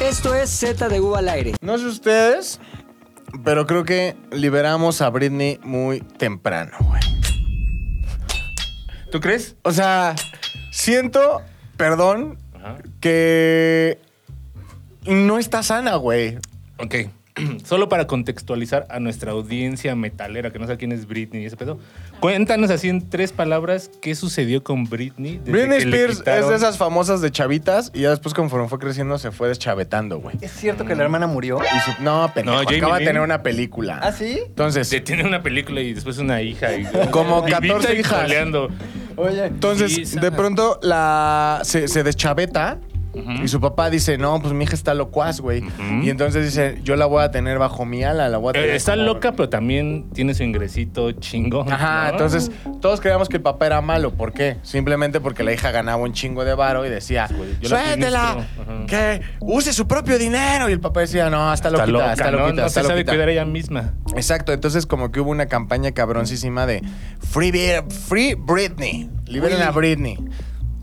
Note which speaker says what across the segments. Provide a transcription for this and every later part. Speaker 1: Esto es Z de U al aire.
Speaker 2: No sé ustedes, pero creo que liberamos a Britney muy temprano, güey.
Speaker 3: ¿Tú crees?
Speaker 2: O sea, siento, perdón, que no está sana, güey.
Speaker 3: Ok. Solo para contextualizar a nuestra audiencia metalera, que no sabe quién es Britney y ese pedo, cuéntanos así en tres palabras qué sucedió con Britney. desde
Speaker 2: Britney
Speaker 3: que le
Speaker 2: Spears es
Speaker 3: quitaron-
Speaker 2: de esas famosas de chavitas y ya después conforme fue creciendo se fue deschavetando, güey.
Speaker 4: ¿Es cierto que la hermana murió?
Speaker 2: Y su- No, pendejo,
Speaker 3: Jamie
Speaker 2: acaba de
Speaker 3: Lynn.
Speaker 2: tener una película.
Speaker 4: ¿Ah, sí?
Speaker 2: Entonces,
Speaker 3: Se tiene una película y después una hija. y-
Speaker 2: Como
Speaker 3: vivita
Speaker 2: 14
Speaker 3: y
Speaker 2: hijas.
Speaker 3: coleando.
Speaker 4: Oye.
Speaker 2: Entonces,
Speaker 3: Sí,
Speaker 2: de
Speaker 3: sana.
Speaker 2: pronto la se, se deschaveta y su papá dice, no, pues mi hija está locuaz, güey. Y entonces dice, yo la voy a tener bajo mi ala, la voy a tener
Speaker 3: Eh, Está
Speaker 2: como-
Speaker 3: loca, Ah. pero también tiene su ingresito chingón.
Speaker 2: Ajá,
Speaker 3: ¿no?
Speaker 2: entonces todos creíamos que el papá era malo. ¿Por qué? Simplemente porque la hija ganaba un chingo de varo y decía,
Speaker 3: Güey, yo la
Speaker 2: suéltela,
Speaker 3: administro. Ajá.
Speaker 2: que use su propio dinero. Y el papá decía, no, está loquita,
Speaker 3: Está
Speaker 2: está loquita, está
Speaker 3: loca, ¿no?
Speaker 2: loquita.
Speaker 3: No se sabe cuidar ella misma.
Speaker 2: Exacto, entonces como que hubo una campaña cabroncísima de Free, Bri- Free Britney, liberen a Britney.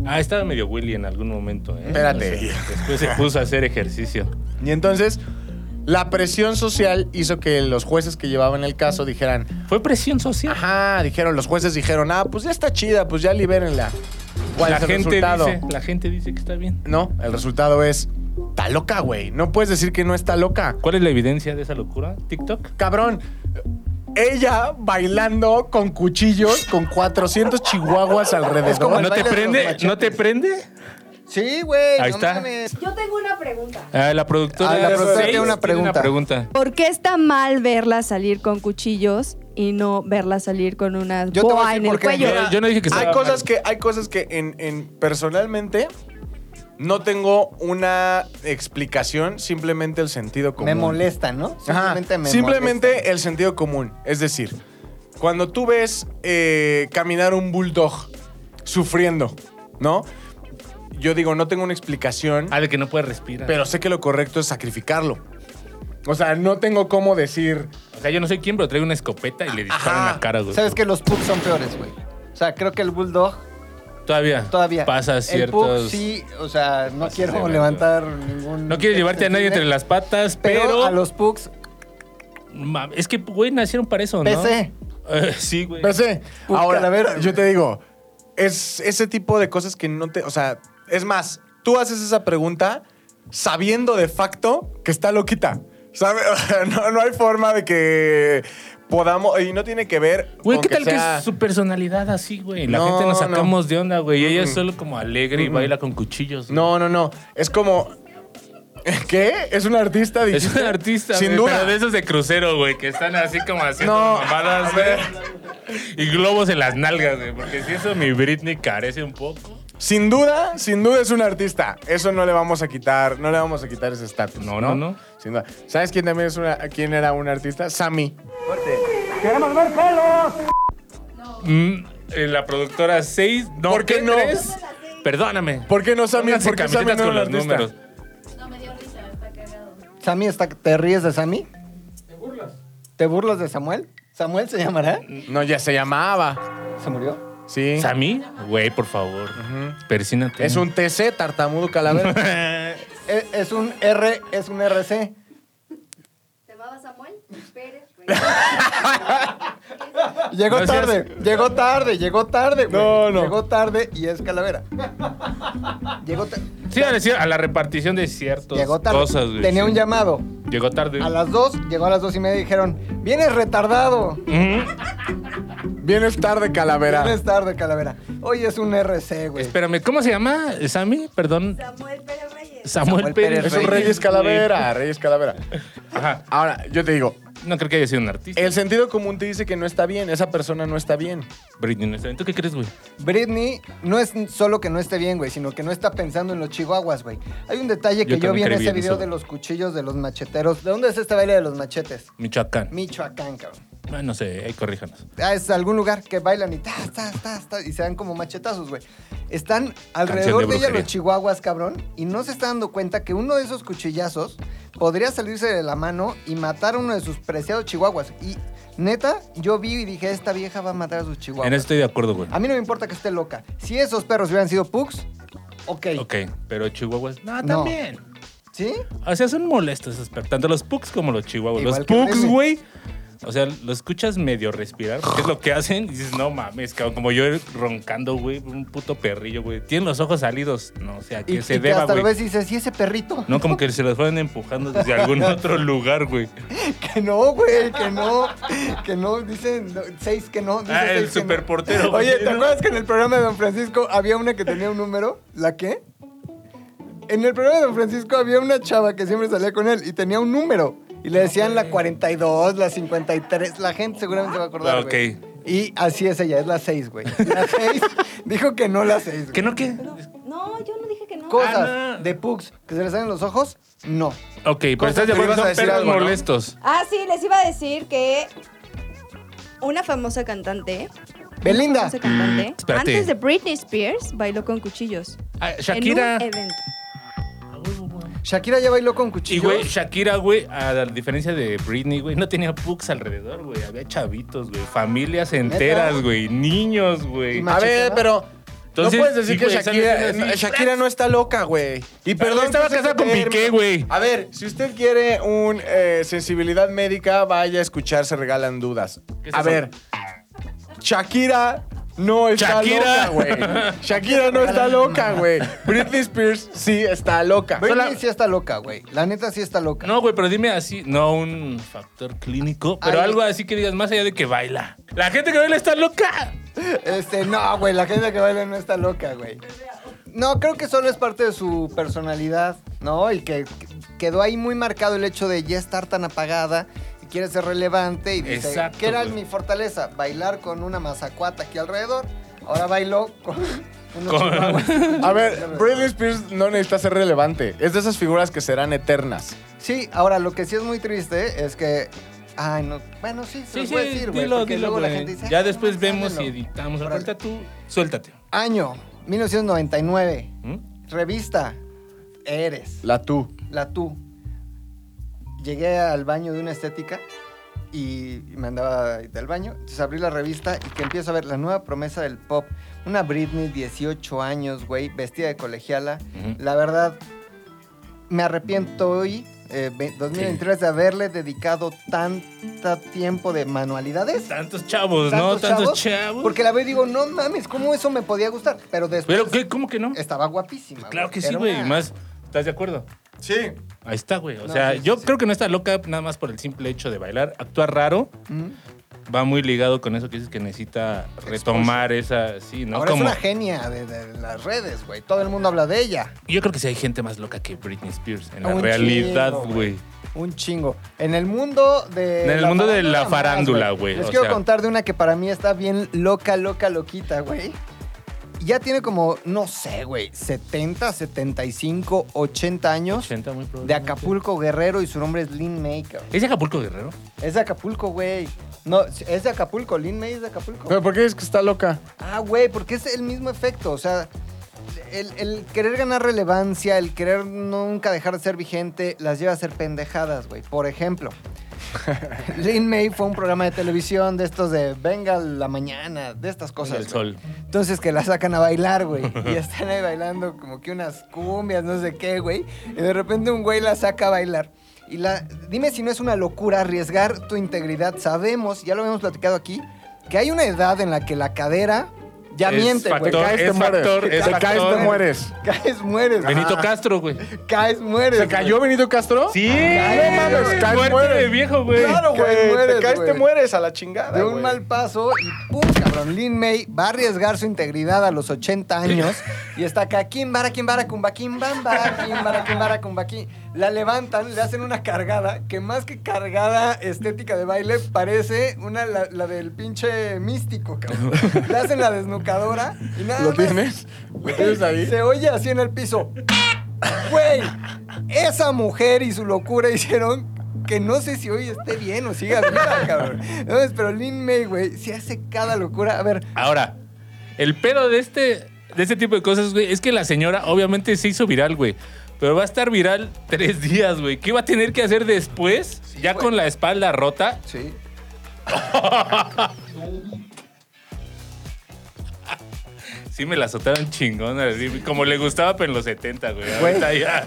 Speaker 3: Ah, estaba medio Willy en algún momento, ¿eh?
Speaker 2: Espérate.
Speaker 3: O sea, después se puso a hacer ejercicio.
Speaker 2: Y entonces la presión social hizo que los jueces que llevaban el caso dijeran,
Speaker 3: Fue presión social.
Speaker 2: ajá, dijeron, los jueces dijeron, ah, pues ya está chida, pues ya libérenla. ¿Cuál
Speaker 3: la
Speaker 2: es el
Speaker 3: gente
Speaker 2: resultado?
Speaker 3: dice, la gente dice que está bien.
Speaker 2: No, el resultado es, está loca, güey. No puedes decir que no está loca.
Speaker 3: ¿Cuál es la evidencia de esa locura? TikTok.
Speaker 2: Cabrón, ella bailando con cuchillos, con 400 chihuahuas alrededor.
Speaker 4: Es como el
Speaker 3: ¿No te
Speaker 4: baile de los
Speaker 3: prende?
Speaker 4: machetes.
Speaker 3: ¿No te prende?
Speaker 4: Sí, güey.
Speaker 3: Ahí
Speaker 4: no
Speaker 3: está.
Speaker 4: mames.
Speaker 5: Yo tengo una pregunta.
Speaker 3: Ah, la productora.
Speaker 4: Ah, la
Speaker 3: de
Speaker 4: productora
Speaker 3: seis
Speaker 4: tiene una pregunta.
Speaker 3: pregunta.
Speaker 5: ¿Por qué está mal verla salir con cuchillos y no verla salir con una
Speaker 4: Yo te voy a
Speaker 5: boa
Speaker 4: decir
Speaker 5: en el
Speaker 4: por qué.
Speaker 5: cuello?
Speaker 3: Yo, yo no dije que
Speaker 2: hay
Speaker 3: estaba
Speaker 2: cosas
Speaker 3: mal.
Speaker 2: que hay cosas que en, en- personalmente no tengo una explicación, simplemente el sentido común.
Speaker 4: Me molesta, ¿no?
Speaker 2: Ajá.
Speaker 4: Simplemente me
Speaker 2: Simplemente
Speaker 4: molesta.
Speaker 2: el sentido común, es decir, cuando tú ves eh, caminar un bulldog sufriendo, ¿no? Yo digo, no tengo una explicación,
Speaker 3: Ah, de que no puede respirar.
Speaker 2: pero sé que lo correcto es sacrificarlo. O sea, no tengo cómo decir,
Speaker 3: o sea, yo no sé quién, pero trae una escopeta y le disparan
Speaker 2: Ajá.
Speaker 3: la cara, güey.
Speaker 4: Sabes que los pugs son peores, güey. O sea, creo que el bulldog
Speaker 3: Todavía.
Speaker 4: todavía.
Speaker 3: Pasa
Speaker 4: El pug
Speaker 3: ciertos.
Speaker 4: sí, o sea, no
Speaker 3: Pasa
Speaker 4: quiero
Speaker 3: de verga.
Speaker 4: levantar ningún.
Speaker 3: No quieres llevarte a nadie entre las patas, pero.
Speaker 4: a los pugs.
Speaker 3: Ma- Es que, güey, nacieron para eso, ¿no?
Speaker 4: PC.
Speaker 3: Eh, sí, güey.
Speaker 2: Pensé.
Speaker 4: Pus
Speaker 2: Ahora,
Speaker 4: calavera,
Speaker 2: yo
Speaker 4: güey.
Speaker 2: te digo, es ese tipo de cosas que no te. O sea, es más, tú haces esa pregunta sabiendo de facto que está loquita. ¿Sabes? No, no hay forma de que podamos. Y no tiene que ver.
Speaker 3: Güey,
Speaker 2: con
Speaker 3: ¿qué tal que,
Speaker 2: sea-
Speaker 3: es su personalidad así, güey? La
Speaker 2: No,
Speaker 3: gente nos sacamos
Speaker 2: no.
Speaker 3: de onda, güey. Y ella es
Speaker 2: Mm.
Speaker 3: solo como alegre y baila con cuchillos. güey.
Speaker 2: No, no, no. Es como. ¿Qué? ¿Es un artista?
Speaker 3: Es
Speaker 2: dijiste?
Speaker 3: un artista,
Speaker 2: Sin
Speaker 3: güey,
Speaker 2: duda.
Speaker 3: pero de esos de crucero, güey, que están así como haciendo
Speaker 2: No,
Speaker 3: mamadas,
Speaker 2: a ver.
Speaker 3: güey. Y globos en las nalgas, güey. Porque si eso mi Britney carece un poco.
Speaker 2: Sin duda, sin duda es un artista. Eso no le vamos a quitar, no le vamos a quitar ese estatus.
Speaker 3: No, no, no.
Speaker 2: Sin duda. ¿Sabes quién también es una, quién era un artista? Sammy.
Speaker 3: Mm, eh, la productora 6, no,
Speaker 2: ¿Por qué
Speaker 3: ¿qué
Speaker 2: no?
Speaker 3: tres? Perdóname.
Speaker 2: ¿Por qué no Sammy?
Speaker 3: Pónganse
Speaker 2: ¿Por qué Sammy
Speaker 3: camisetas
Speaker 2: no
Speaker 3: con
Speaker 2: era
Speaker 3: los
Speaker 2: un artista?
Speaker 3: números.
Speaker 4: Sammy está. ¿Te ríes de Sammy? Te burlas. ¿Te burlas de Samuel? ¿Samuel se llamará?
Speaker 3: Mm.
Speaker 2: No, ya se llamaba.
Speaker 4: ¿Se murió?
Speaker 2: Sí.
Speaker 3: ¿Sami? Güey, por favor. Persínate.
Speaker 2: Es un TC, tartamudo calavera.
Speaker 4: E- Es, un R, es un RC.
Speaker 5: ¿Te llamaba Samuel? Pérez. pues.
Speaker 4: Llegó
Speaker 3: No seas-
Speaker 4: tarde, llegó tarde, llegó tarde, güey.
Speaker 2: No, no.
Speaker 4: Llegó tarde y es calavera. Llegó, ta-
Speaker 3: Sí, a, decir, a la repartición de ciertas
Speaker 4: llegó tarde.
Speaker 3: cosas, güey.
Speaker 4: Tenía
Speaker 3: sí.
Speaker 4: un llamado.
Speaker 3: Llegó tarde.
Speaker 4: A las dos, llegó a las dos y media y dijeron, vienes retardado.
Speaker 3: Ujú.
Speaker 2: Vienes tarde, calavera.
Speaker 4: Vienes tarde, calavera. Hoy es un RC, güey.
Speaker 3: Espérame, ¿cómo se llama? ¿Sammy? Perdón.
Speaker 5: Samuel Pérez Reyes.
Speaker 3: Samuel,
Speaker 4: Samuel
Speaker 3: Pérez.
Speaker 4: Pérez
Speaker 2: Es un Reyes Calavera, Reyes Calavera.
Speaker 3: güey. Ajá.
Speaker 2: Ahora, yo te digo,
Speaker 3: No creo que haya sido un artista.
Speaker 2: el sentido común te dice que no está bien, esa persona no está bien.
Speaker 3: Britney no está- ¿Tú qué crees, güey?
Speaker 4: Britney no es solo que no esté bien, güey, sino que no está pensando en los chihuahuas, güey. Hay un detalle
Speaker 3: Yo
Speaker 4: que yo, vi
Speaker 3: también
Speaker 4: en
Speaker 3: creí
Speaker 4: ese
Speaker 3: en
Speaker 4: video
Speaker 3: eso.
Speaker 4: de los cuchillos de los macheteros. ¿De dónde es este baile de los machetes?
Speaker 3: Michoacán.
Speaker 4: Michoacán, cabrón.
Speaker 3: Ah, no sé, ahí corríjanos.
Speaker 4: Ah, es algún lugar que bailan y ta, ta, ta, ta, y se dan como machetazos, güey. Están alrededor
Speaker 3: de
Speaker 4: de, ella
Speaker 3: brujería.
Speaker 4: los chihuahuas, cabrón, y no se está dando cuenta que uno de esos cuchillazos podría salirse de la mano y matar a uno de sus preciados chihuahuas. Y neta, yo vi y dije, esta vieja va a matar a sus chihuahuas.
Speaker 3: En este- eso estoy de acuerdo, güey.
Speaker 4: A mí no me importa que esté loca. Si esos perros hubieran sido pugs, ok.
Speaker 3: Ok, pero Chihuahuas. No,
Speaker 4: No.
Speaker 3: también.
Speaker 4: ¿Sí?
Speaker 3: O sea, son molestos esos perros, tanto los pugs como los chihuahuas.
Speaker 4: Igual
Speaker 3: los
Speaker 4: que
Speaker 3: pugs,
Speaker 4: Remy.
Speaker 3: güey. O sea, lo escuchas medio respirar, porque es lo que hacen. Y dices, no mames, cabrón, como yo roncando, güey, un puto perrillo, güey. Tienen los ojos salidos, no, o sea, que
Speaker 4: Y,
Speaker 3: se
Speaker 4: y que
Speaker 3: deba,
Speaker 4: hasta lo
Speaker 3: güey.
Speaker 4: ves y dices, ¿y ese perrito?
Speaker 3: No, como que se los fueron empujando desde algún otro lugar, güey.
Speaker 4: Que no, güey, que no. Que no, dicen no, seis que no. dice
Speaker 3: Ah, el
Speaker 4: seis que no.
Speaker 3: superportero.
Speaker 4: Oye, ¿te acuerdas que en el programa de Don Francisco había una que tenía un número? ¿La qué? En el programa de Don Francisco había una chava que siempre salía con él y tenía un número. Y le decían la 42, la 53. La gente seguramente se va a acordar.
Speaker 3: Ah,
Speaker 4: güey.
Speaker 3: ok.
Speaker 4: Y así es ella, es la 6, güey. La 6 dijo que no la 6.
Speaker 3: ¿Que no qué?
Speaker 5: No, yo no dije que no.
Speaker 4: Cosas
Speaker 3: Ah, no.
Speaker 4: de pugs que se le salen los ojos, no.
Speaker 3: Ok, pero
Speaker 2: Cosa,
Speaker 3: estás de
Speaker 2: pero
Speaker 3: acuerdo,
Speaker 2: ibas a
Speaker 3: son
Speaker 2: decir
Speaker 3: perros
Speaker 2: algo, ¿no?
Speaker 3: molestos.
Speaker 5: Ah, sí, les iba a decir que una famosa cantante.
Speaker 4: Belinda.
Speaker 5: Una famosa cantante.
Speaker 3: Mm, espérate.
Speaker 5: antes de Britney Spears bailó con cuchillos.
Speaker 3: Ah, Shakira.
Speaker 5: En un evento.
Speaker 4: Shakira ya bailó con
Speaker 3: Y,
Speaker 4: cuchillos.
Speaker 3: güey, Shakira, güey, a la diferencia de Britney, güey, no tenía pugs alrededor, güey. Había chavitos, güey. Familias enteras, güey. Niños, güey.
Speaker 4: Ima-
Speaker 2: A ver, pero.
Speaker 3: Entonces,
Speaker 2: no puedes decir
Speaker 3: sí,
Speaker 2: que
Speaker 3: güey,
Speaker 2: Shakira,
Speaker 3: sales en el-
Speaker 2: Shakira no está loca, güey. Y perdón.
Speaker 3: estaba
Speaker 2: que use
Speaker 3: casada
Speaker 2: este
Speaker 3: con Piqué,
Speaker 2: término.
Speaker 3: güey.
Speaker 2: A ver, si usted quiere un eh, sensibilidad médica, vaya a escuchar Se Regalan Dudas.
Speaker 3: ¿Qué es
Speaker 2: a
Speaker 3: eso?
Speaker 2: ver, Shakira no está loca,
Speaker 3: Shakira.
Speaker 2: güey. Shakira no está loca, güey. Britney Spears sí está loca.
Speaker 4: Britney
Speaker 2: Sola-
Speaker 4: sí está loca, güey. La neta sí está loca.
Speaker 3: No, güey, pero dime así, no un factor clínico, pero
Speaker 4: Ay.
Speaker 3: algo así que digas más allá de que baila. La gente que baila está loca.
Speaker 4: Este, no, güey, la gente que baila no está loca, güey. No, creo que solo es parte de su personalidad, ¿no? Y que que quedó ahí muy marcado el hecho de ya estar tan apagada y quiere ser relevante y dice,
Speaker 3: Exacto,
Speaker 4: ¿qué era
Speaker 3: güey.
Speaker 4: mi fortaleza? Bailar con una mazacuata aquí alrededor. Ahora bailo con unos
Speaker 3: Con-
Speaker 4: chihuahuas.
Speaker 2: A ver, Britney Spears no necesita ser relevante. Es de esas figuras que serán eternas.
Speaker 4: Sí, ahora lo que sí es muy triste es que ay, no, bueno, sí, se
Speaker 3: Sí,
Speaker 4: los
Speaker 3: sí,
Speaker 4: voy a decir, güey,
Speaker 3: dilo,
Speaker 4: porque
Speaker 3: dilo,
Speaker 4: luego la
Speaker 3: güey.
Speaker 4: gente dice,
Speaker 3: Ya
Speaker 4: "Ay,
Speaker 3: después
Speaker 4: no,
Speaker 3: vemos y
Speaker 4: sáquenlo".
Speaker 3: editamos.
Speaker 4: Órale.
Speaker 3: Ahorita tú, suéltate.
Speaker 4: Año 1999.
Speaker 3: ¿Mm?
Speaker 4: Revista Eres,
Speaker 2: La tú.
Speaker 4: la tú. Llegué al baño de una estética y me andaba del baño. Entonces abrí la revista y que empiezo a ver la nueva promesa del pop. Una Britney, 18 años, güey, vestida de colegiala.
Speaker 3: Ujú.
Speaker 4: La verdad, me arrepiento hoy, eh, ve- 2023, de haberle dedicado tanto tiempo de manualidades.
Speaker 3: Tantos chavos, Pues ¿no?
Speaker 4: tantos
Speaker 3: Tantos chavos.
Speaker 4: Porque la veo y digo, no mames, ¿cómo eso me podía gustar? Pero después
Speaker 3: Pero, ¿qué? ¿cómo que no? Pues
Speaker 4: estaba guapísima.
Speaker 3: Claro que
Speaker 4: Era
Speaker 3: sí, güey.
Speaker 4: una-
Speaker 3: Y más, ¿estás de acuerdo?
Speaker 2: Sí.
Speaker 3: Ahí está, güey. O
Speaker 4: No,
Speaker 3: sea,
Speaker 4: sí, sí,
Speaker 3: yo
Speaker 4: sí.
Speaker 3: creo que no está loca nada más por el simple hecho de bailar. Actúa raro.
Speaker 4: Ujú.
Speaker 3: Va muy ligado con eso que dices que necesita retomar esa, sí, ¿no?
Speaker 4: Ahora
Speaker 3: Como-
Speaker 4: es una genia de, de las redes, güey. Todo el mundo habla de ella.
Speaker 3: Yo creo que sí hay gente más loca que Britney Spears en la
Speaker 4: Un
Speaker 3: realidad,
Speaker 4: chingo,
Speaker 3: güey.
Speaker 4: Un chingo. En el mundo de.
Speaker 3: En el mundo de la
Speaker 4: más,
Speaker 3: farándula, güey,
Speaker 4: Les
Speaker 3: o
Speaker 4: quiero
Speaker 3: sea.
Speaker 4: contar de una que para mí está bien loca, loca, loquita, güey. Ya tiene como, no sé, güey, 70, 75, 80 años.
Speaker 3: 80 muy probablemente.
Speaker 4: De Acapulco Guerrero y su nombre es Lynn May, cabrón.
Speaker 3: ¿Es de Acapulco Guerrero?
Speaker 4: Es de Acapulco, güey. No, es de Acapulco. Lynn May es de Acapulco.
Speaker 2: ¿Pero por qué es que está loca?
Speaker 4: Ah, güey, porque es el mismo efecto. O sea, el, el querer ganar relevancia, el querer nunca dejar de ser vigente, las lleva a ser pendejadas, güey. Por ejemplo, Lin May fue un programa de televisión de estos de Venga la mañana, de estas cosas.
Speaker 3: El
Speaker 4: güey.
Speaker 3: sol.
Speaker 4: Entonces que la sacan a bailar, güey. Y están ahí bailando como que unas cumbias, no sé qué, güey. Y de repente un güey la saca a bailar. Y la, dime si no es una locura arriesgar tu integridad. Sabemos, ya lo habíamos platicado aquí, que hay una edad en la que la cadera ya
Speaker 3: Es
Speaker 4: miente, güey.
Speaker 3: factor,
Speaker 4: Caes,
Speaker 3: es factor,
Speaker 2: Te
Speaker 3: es
Speaker 2: caes,
Speaker 3: factor.
Speaker 2: te mueres.
Speaker 4: caes, mueres.
Speaker 3: Benito
Speaker 4: Ajá.
Speaker 3: Castro, güey.
Speaker 4: Caes, mueres.
Speaker 2: ¿Se cayó Benito Castro?
Speaker 3: Sí.
Speaker 2: No mames,
Speaker 3: güey.
Speaker 2: caes,
Speaker 3: Muerte
Speaker 2: mueres.
Speaker 3: de viejo, güey.
Speaker 2: Claro,
Speaker 4: Caes,
Speaker 2: güey. Te
Speaker 4: mueres,
Speaker 2: caes, te
Speaker 4: güey.
Speaker 2: mueres a la
Speaker 4: güey.
Speaker 2: chingada.
Speaker 4: De un
Speaker 2: güey.
Speaker 4: mal paso y pum, cabrón. Lin May va a arriesgar su integridad a los 80 años y está acá, kim bara, kim bara, kumba, kim bamba, kim bara, kim bara, kumba, kim. La levantan, le hacen una cargada que más que cargada estética de baile parece una la, la del pinche místico, cabrón. Le hacen la desnucadora y nada
Speaker 2: ¿Lo
Speaker 4: más
Speaker 2: tienes? ¿Lo tienes ahí?
Speaker 4: se oye así en el piso. Güey, esa mujer y su locura hicieron que no sé si hoy esté bien o siga viva, cabrón. ¿Sabes? Pero Lin May, güey, se hace cada locura. A ver,
Speaker 3: Ahora, el pedo de este, de este tipo de cosas, güey, es que la señora obviamente se hizo viral, güey. Pero va a estar viral tres días, güey. ¿Qué va a tener que hacer después? ya
Speaker 4: güey.
Speaker 3: con la espalda rota.
Speaker 4: sí.
Speaker 3: Si Sí, me la azotaron chingona. así, Como le gustaba, pero en los 70, güey. Ahorita ya.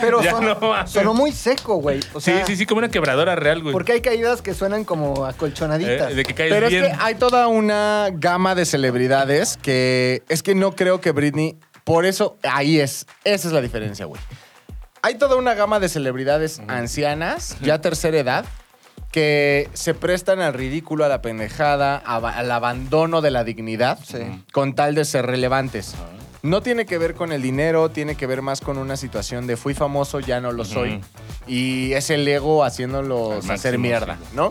Speaker 4: Pero
Speaker 3: Ya
Speaker 4: son-
Speaker 3: no mames.
Speaker 4: sonó muy seco, güey. O sea,
Speaker 3: sí, sí, sí, como una quebradora real, güey.
Speaker 4: Porque hay caídas que suenan como acolchonaditas.
Speaker 3: Eh, de que caes
Speaker 2: Pero es
Speaker 3: bien.
Speaker 2: que ah, hay toda una gama de celebridades que es que no creo que Britney. Por eso ahí es. Esa es la diferencia, güey. Hay toda una gama de celebridades ancianas, ya tercera edad, que se prestan al ridículo, a la pendejada, a ba- al abandono de la dignidad
Speaker 4: Sí.
Speaker 2: con tal de ser relevantes.
Speaker 3: Ah.
Speaker 2: No tiene que ver con el dinero, tiene que ver más con una situación de fui famoso, ya no lo soy. Y es el ego haciéndolos
Speaker 3: Al
Speaker 2: hacer
Speaker 3: máximo,
Speaker 2: mierda,
Speaker 3: sí.
Speaker 2: ¿no?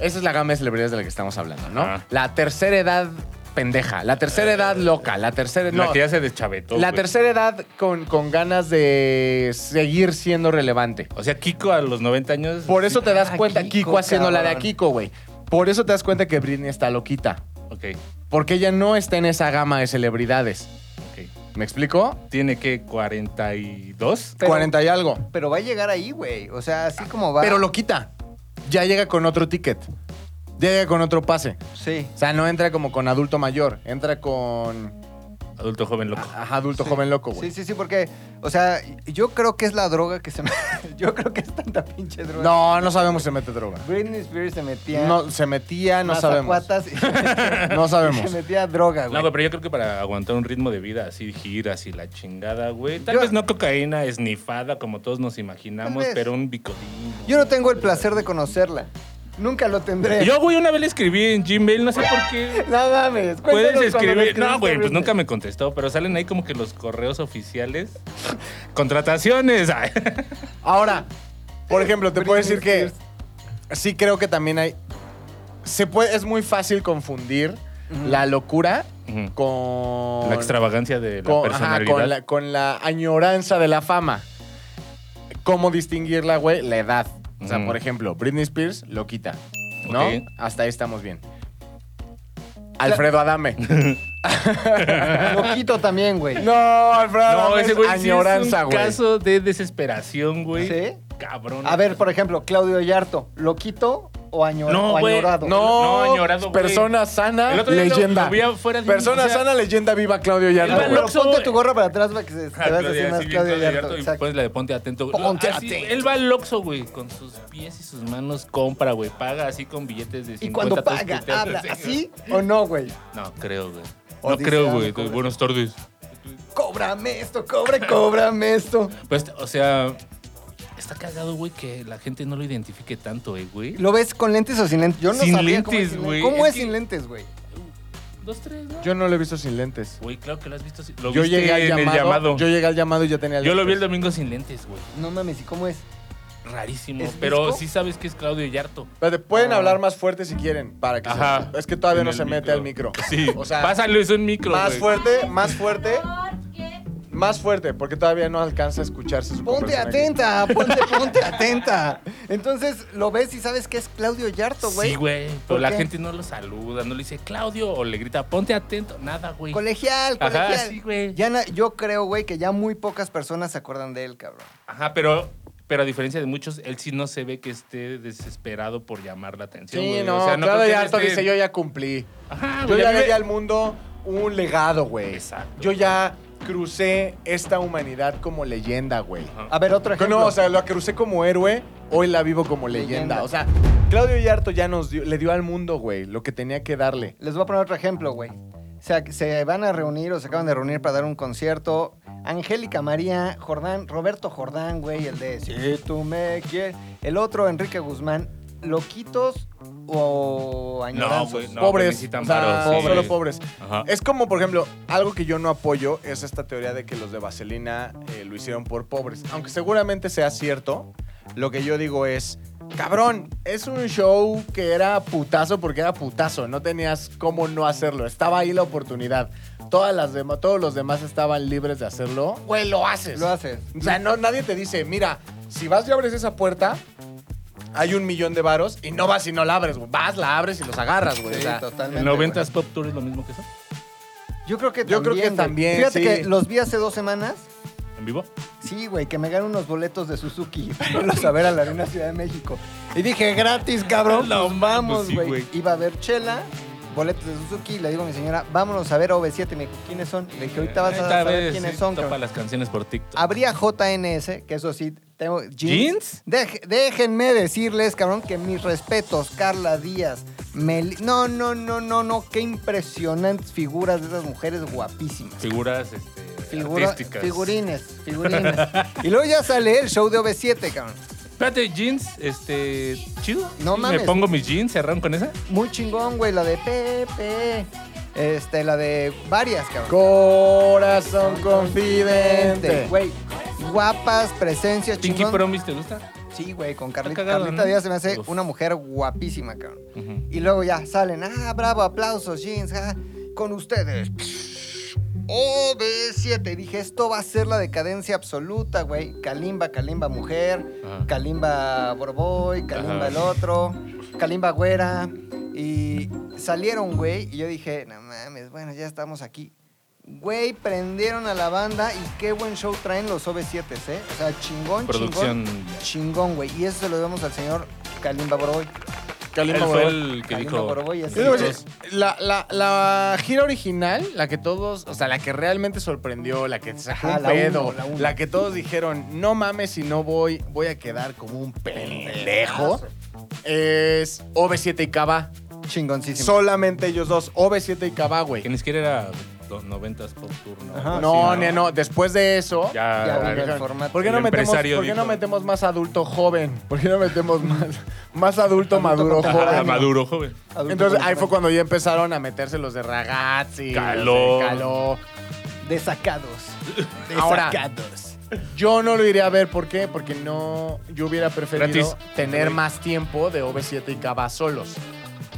Speaker 2: Esa es la gama de celebridades de la que estamos hablando, ¿no?
Speaker 3: Ajá.
Speaker 2: La tercera edad pendeja, la tercera edad loca, la tercera...
Speaker 3: La
Speaker 2: no,
Speaker 3: que ya se deschavetó.
Speaker 2: la
Speaker 3: güey.
Speaker 2: tercera edad con, con ganas de seguir siendo relevante.
Speaker 3: O sea, Kiko a los 90 años.
Speaker 2: Por eso te das
Speaker 4: Ah,
Speaker 2: cuenta,
Speaker 4: Kiko,
Speaker 2: Kiko, haciendo la de a
Speaker 4: cabrón.
Speaker 2: Kiko, güey. Por eso te das cuenta que Britney está loquita.
Speaker 3: Ok,
Speaker 2: Porque ella no está en esa gama de celebridades.
Speaker 3: ok.
Speaker 2: ¿Me explico?
Speaker 3: Tiene que 42.
Speaker 4: Pero-
Speaker 2: 40 y algo.
Speaker 4: Pero va a llegar ahí, güey. O sea, así como va.
Speaker 2: Pero lo quita. Ya llega con otro ticket. Ya llega con otro pase.
Speaker 4: Sí.
Speaker 2: O sea, no entra como con adulto mayor. Entra con
Speaker 3: Adulto joven loco.
Speaker 2: ajá, adulto
Speaker 4: Sí.
Speaker 2: joven loco, güey.
Speaker 4: Sí, sí, sí, porque, o sea, yo creo que es la droga que se me... yo creo que es tanta pinche droga.
Speaker 2: No, no sabemos si se mete droga.
Speaker 4: Britney Spears se metía...
Speaker 2: No, se metía, no sabemos.
Speaker 4: mazacuatas y se metía-
Speaker 2: No sabemos.
Speaker 4: y Se metía droga,
Speaker 3: No,
Speaker 4: güey.
Speaker 3: güey, pero yo creo que para aguantar un ritmo de vida así, giras y la chingada, güey. Tal
Speaker 4: Yo-
Speaker 3: vez no cocaína esnifada como todos nos imaginamos,
Speaker 4: Tal vez.
Speaker 3: pero un bicodín.
Speaker 4: Yo no tengo el placer de conocerla. Nunca lo tendré.
Speaker 3: Yo, güey, una vez le escribí en Gmail, no sé por qué.
Speaker 4: No mames. cuéntanos
Speaker 3: Puedes
Speaker 4: cuando le
Speaker 3: escribir.
Speaker 4: escribiste
Speaker 3: No,
Speaker 4: a
Speaker 3: güey, pues
Speaker 4: Britney.
Speaker 3: nunca me contestó, pero salen ahí como que los correos oficiales. Contrataciones. ay.
Speaker 2: Ahora, por ejemplo, te puedo
Speaker 4: Britney
Speaker 2: decir que sí creo que también hay. Se puede, es muy fácil confundir la locura
Speaker 3: Ujú.
Speaker 2: con.
Speaker 3: La extravagancia de la
Speaker 2: con, ajá,
Speaker 3: personalidad.
Speaker 2: con la, con la añoranza de la fama. ¿Cómo distinguirla, güey? La edad. O sea,
Speaker 3: Ujú.
Speaker 2: por ejemplo, Britney Spears lo quita. ¿No?
Speaker 3: Ok.
Speaker 2: Hasta ahí estamos bien. Alfredo Adame.
Speaker 4: Lo quito también, güey.
Speaker 2: no, Alfredo Adame.
Speaker 3: No,
Speaker 4: Ah,
Speaker 3: ese
Speaker 2: es
Speaker 3: güey sí es
Speaker 2: añoranza,
Speaker 3: un
Speaker 2: güey.
Speaker 3: caso de desesperación, güey.
Speaker 4: ¿Ah, ¿Sí?
Speaker 3: Cabrón.
Speaker 4: A ver, por ejemplo, Claudio Yarto. ¿Lo quito o, añor-
Speaker 3: No,
Speaker 4: o
Speaker 3: güey,
Speaker 4: añorado?
Speaker 2: No,
Speaker 3: No, añorado, güey.
Speaker 2: Persona sana,
Speaker 3: El otro día lo-
Speaker 2: leyenda.
Speaker 3: lo vi afuera de un-
Speaker 2: persona
Speaker 3: o sea,
Speaker 2: sana, leyenda viva, Claudio
Speaker 4: Pero,
Speaker 3: Iba al
Speaker 2: Yarto.
Speaker 4: pero
Speaker 3: Oxxo,
Speaker 4: ponte
Speaker 3: güey.
Speaker 4: tu gorra para atrás para que se,
Speaker 3: Ah,
Speaker 4: te veas
Speaker 3: Claudia,
Speaker 4: así más
Speaker 3: sí, bien,
Speaker 4: Claudio
Speaker 3: Claudia
Speaker 4: Yarto.
Speaker 3: Yarto, y
Speaker 4: exacto.
Speaker 3: Pones la de ponte atento. güey.
Speaker 2: Ponte
Speaker 3: Así,
Speaker 2: atento.
Speaker 3: Él va al Oxxo, güey, con sus pies y sus manos, compra, güey, paga así con billetes de 50.
Speaker 4: Y cuando
Speaker 3: pesos,
Speaker 4: paga,
Speaker 3: puteados,
Speaker 4: habla.
Speaker 3: sí,
Speaker 4: ¿Así o no, güey?
Speaker 3: güey. No, creo, güey.
Speaker 4: O
Speaker 3: No
Speaker 4: dice
Speaker 3: creo,
Speaker 4: algo,
Speaker 3: güey.
Speaker 4: cobra.
Speaker 3: Buenas tardes.
Speaker 4: Cóbrame esto, cobre, cóbrame esto.
Speaker 3: Pues, o sea, está cagado, güey, que la gente no lo identifique tanto, eh, güey.
Speaker 4: ¿Lo ves con lentes o sin lentes? Yo no
Speaker 3: Sin
Speaker 4: sabía cómo
Speaker 3: lentes,
Speaker 4: es sin
Speaker 3: güey.
Speaker 4: ¿Cómo
Speaker 3: Es
Speaker 4: es
Speaker 3: que-
Speaker 4: sin lentes, güey?
Speaker 3: Dos, tres, ¿no?
Speaker 2: Yo no lo he visto sin lentes.
Speaker 3: Güey, claro que lo has visto. sin- Lo
Speaker 2: Yo
Speaker 3: viste
Speaker 2: llegué, al
Speaker 3: en
Speaker 2: llamado,
Speaker 3: el llamado.
Speaker 2: yo
Speaker 3: Yo,
Speaker 2: llegué al llamado y ya tenía
Speaker 3: lo vi
Speaker 2: lentes.
Speaker 3: el domingo sin lentes, güey.
Speaker 4: No mames, ¿y cómo es?
Speaker 3: Rarísimo.
Speaker 4: ¿Es
Speaker 3: Pero
Speaker 4: disco?
Speaker 3: sí sabes que es Claudio Yarto.
Speaker 2: Espérate, pueden hablar más fuerte si quieren. Para que se-
Speaker 3: Ajá.
Speaker 2: es que todavía
Speaker 3: En
Speaker 2: no
Speaker 3: el
Speaker 2: se mete
Speaker 3: micro.
Speaker 2: al micro.
Speaker 3: Sí.
Speaker 2: O sea,
Speaker 3: Pásale, es un micro.
Speaker 2: más
Speaker 3: güey.
Speaker 2: fuerte, más fuerte, más fuerte, porque todavía no alcanza a escucharse su
Speaker 4: Ponte
Speaker 2: conversación
Speaker 4: atenta, ponte, ponte atenta. Entonces lo ves y sabes que es Claudio Yarto, güey.
Speaker 3: Sí, güey. Pero
Speaker 4: ¿Por
Speaker 3: la
Speaker 4: qué?
Speaker 3: gente no lo saluda, no le dice Claudio o le grita, ponte atento. Nada, güey.
Speaker 4: Colegial,
Speaker 3: Ajá,
Speaker 4: colegial.
Speaker 3: sí, güey.
Speaker 4: Ya na- yo creo, güey, que ya muy pocas personas se acuerdan de él, cabrón.
Speaker 3: Ajá, pero, pero a diferencia de muchos, él sí no se ve que esté desesperado por llamar la atención.
Speaker 2: aquí. Sí,
Speaker 3: güey.
Speaker 2: no,
Speaker 3: O sea,
Speaker 2: Claudio
Speaker 3: creo que él
Speaker 2: Yarto
Speaker 3: esté-
Speaker 2: dice, yo ya cumplí.
Speaker 3: Ajá,
Speaker 2: Yo
Speaker 3: Ah, güey, a
Speaker 2: ya
Speaker 3: mí
Speaker 2: le
Speaker 3: me-
Speaker 2: di al mundo un legado, güey.
Speaker 3: Exacto.
Speaker 2: Yo ya crucé esta humanidad como leyenda, güey.
Speaker 3: Ajá.
Speaker 4: A ver, otro
Speaker 2: Que
Speaker 4: ejemplo.
Speaker 2: No, o sea, la crucé como héroe, hoy la vivo como leyenda.
Speaker 4: Leyenda.
Speaker 2: O sea, Claudio Yarto ya nos dio- le dio al mundo, güey, lo que tenía que darle.
Speaker 4: Les voy a poner otro ejemplo, güey. O sea, que se van a reunir o se acaban de reunir para dar un concierto. Angélica María Jordán, Roberto Jordán, güey, el de Si tú me quieres. El otro, Enrique Guzmán. ¿Loquitos o añoranzos?
Speaker 3: güey, No, pues
Speaker 2: pobres,
Speaker 3: necesitan
Speaker 2: o sea,
Speaker 3: varo, sí.
Speaker 2: solo pobres.
Speaker 3: Ajá.
Speaker 4: Eh,
Speaker 2: Es como, por ejemplo, algo que yo no apoyo es esta teoría de que los de Vaselina eh, lo hicieron por pobres. Aunque seguramente sea cierto, lo que yo digo es, cabrón, es un show que era putazo porque era putazo, no tenías cómo no hacerlo, estaba ahí la oportunidad. Todas las demás, todos los demás estaban libres de hacerlo. Güey, lo haces.
Speaker 4: Lo haces.
Speaker 2: O sea, no, nadie te dice, mira, si vas y abres esa puerta, hay un millón de varos y no vas y no la abres, güey. Vas, la abres y los agarras, güey. O
Speaker 4: Sí,
Speaker 2: sea,
Speaker 4: totalmente.
Speaker 3: ¿El 90s Pop Tour es lo mismo que eso?
Speaker 4: güey. Yo creo que
Speaker 2: Yo
Speaker 4: también.
Speaker 2: creo que
Speaker 4: güey.
Speaker 2: también,
Speaker 4: Fíjate
Speaker 2: sí.
Speaker 4: que los vi hace dos semanas.
Speaker 3: ¿En vivo?
Speaker 4: Sí, güey, que me gané unos boletos de Suzuki para irlos a ver a la Arena Ciudad de México. Y dije, gratis, cabrón.
Speaker 3: No
Speaker 4: pues
Speaker 3: mames,
Speaker 4: vamos,
Speaker 3: sí,
Speaker 4: güey.
Speaker 3: güey.
Speaker 4: Iba a ver Chela, boletos de Suzuki y le digo a mi señora, vámonos a ver OV7. Me dijo, ¿quiénes son? Le dije, ahorita vas a
Speaker 3: Esta
Speaker 4: saber
Speaker 3: vez
Speaker 4: quiénes
Speaker 3: sí
Speaker 4: son.
Speaker 3: Topa
Speaker 4: cabrón".
Speaker 3: las canciones por TikTok.
Speaker 4: Habría JNS, que eso sí, tengo
Speaker 3: ¿Jeans?
Speaker 4: jeans. Dej- déjenme decirles, cabrón, que mis respetos, Carla Díaz, Meli... No, no, no, no, no, qué impresionantes figuras de esas mujeres guapísimas.
Speaker 3: Figuras este,
Speaker 4: Figura-
Speaker 3: artísticas.
Speaker 4: figurines, figurines. y luego ya sale el show de OV7, cabrón.
Speaker 3: Espérate, jeans, este. Chido.
Speaker 4: No
Speaker 3: Sí,
Speaker 4: mames.
Speaker 3: Me pongo mis jeans, cerraron con esa.
Speaker 4: Muy chingón, güey, la de Pepe. Este, la de varias, cabrón.
Speaker 2: Corazón confidente.
Speaker 4: Güey, guapas, presencias,
Speaker 3: Pinky
Speaker 4: chingón.
Speaker 3: Promise, ¿te gusta?
Speaker 4: Sí, güey, con Carlita.
Speaker 3: Está cagado,
Speaker 4: Carlita
Speaker 3: ¿no?
Speaker 4: Díaz se me hace
Speaker 3: Uf.
Speaker 4: una mujer guapísima, cabrón.
Speaker 3: Ujú.
Speaker 4: Y luego ya salen, ah, bravo, aplausos, jeans, ah, con ustedes. OB7. Dije, esto va a ser la decadencia absoluta, güey. Kalimba, Kalimba mujer,
Speaker 3: Ajá.
Speaker 4: Kalimba Borboy, Kalimba
Speaker 3: Ajá.
Speaker 4: el otro, Kalimba güera. Y salieron, güey, y yo dije, no mames, bueno, ya estamos aquí. Güey, prendieron a la banda y qué buen show traen los OB7, ¿eh? O sea, chingón,
Speaker 3: Producción.
Speaker 4: chingón. Chingón, güey. Y eso se lo debemos al señor Kalimba Borboy.
Speaker 3: Él
Speaker 2: Kalimba
Speaker 3: fue
Speaker 2: Borboy.
Speaker 3: el que
Speaker 4: Kalimba
Speaker 3: dijo.
Speaker 4: Borboy, así.
Speaker 2: Yo digo, oye, La, la, la gira original, la que todos, o sea, la que realmente sorprendió, la que sacó
Speaker 4: Ajá,
Speaker 2: un
Speaker 4: la uno,
Speaker 2: pedo,
Speaker 4: la
Speaker 2: la,
Speaker 4: uno.
Speaker 2: que todos dijeron, no mames si no voy, voy a quedar como un pendejo, es OV7 y Cava.
Speaker 4: Chingoncísimo.
Speaker 2: Solamente ellos dos, OV7 y Cava, güey.
Speaker 3: Que ni siquiera era do- 90s pop tour, ¿no?
Speaker 4: Ajá.
Speaker 2: No,
Speaker 3: Ah, Sí,
Speaker 2: no, no, después de eso...
Speaker 3: Ya,
Speaker 4: Ya
Speaker 3: ya
Speaker 4: vive el
Speaker 2: Alejandro,
Speaker 4: formato.
Speaker 2: ¿Por qué, no
Speaker 3: El
Speaker 2: metemos,
Speaker 3: empresario
Speaker 2: ¿por qué no
Speaker 3: dijo.
Speaker 2: metemos más adulto joven? ¿Por qué no metemos más, más adulto maduro
Speaker 4: con
Speaker 2: joven?
Speaker 3: Maduro, joven.
Speaker 4: Adulto
Speaker 2: Entonces
Speaker 4: con
Speaker 2: ahí fue
Speaker 4: formato.
Speaker 2: cuando ya empezaron a meterse los de ragazzi.
Speaker 3: Caló.
Speaker 2: los de Caló.
Speaker 4: Desacados.
Speaker 2: Ahora-
Speaker 4: Desacados.
Speaker 2: Yo no lo iría a ver, ¿por qué? Porque no. Yo hubiera preferido
Speaker 3: Gratis.
Speaker 2: tener
Speaker 3: Sí.
Speaker 2: más tiempo de OV7 y Cava solos.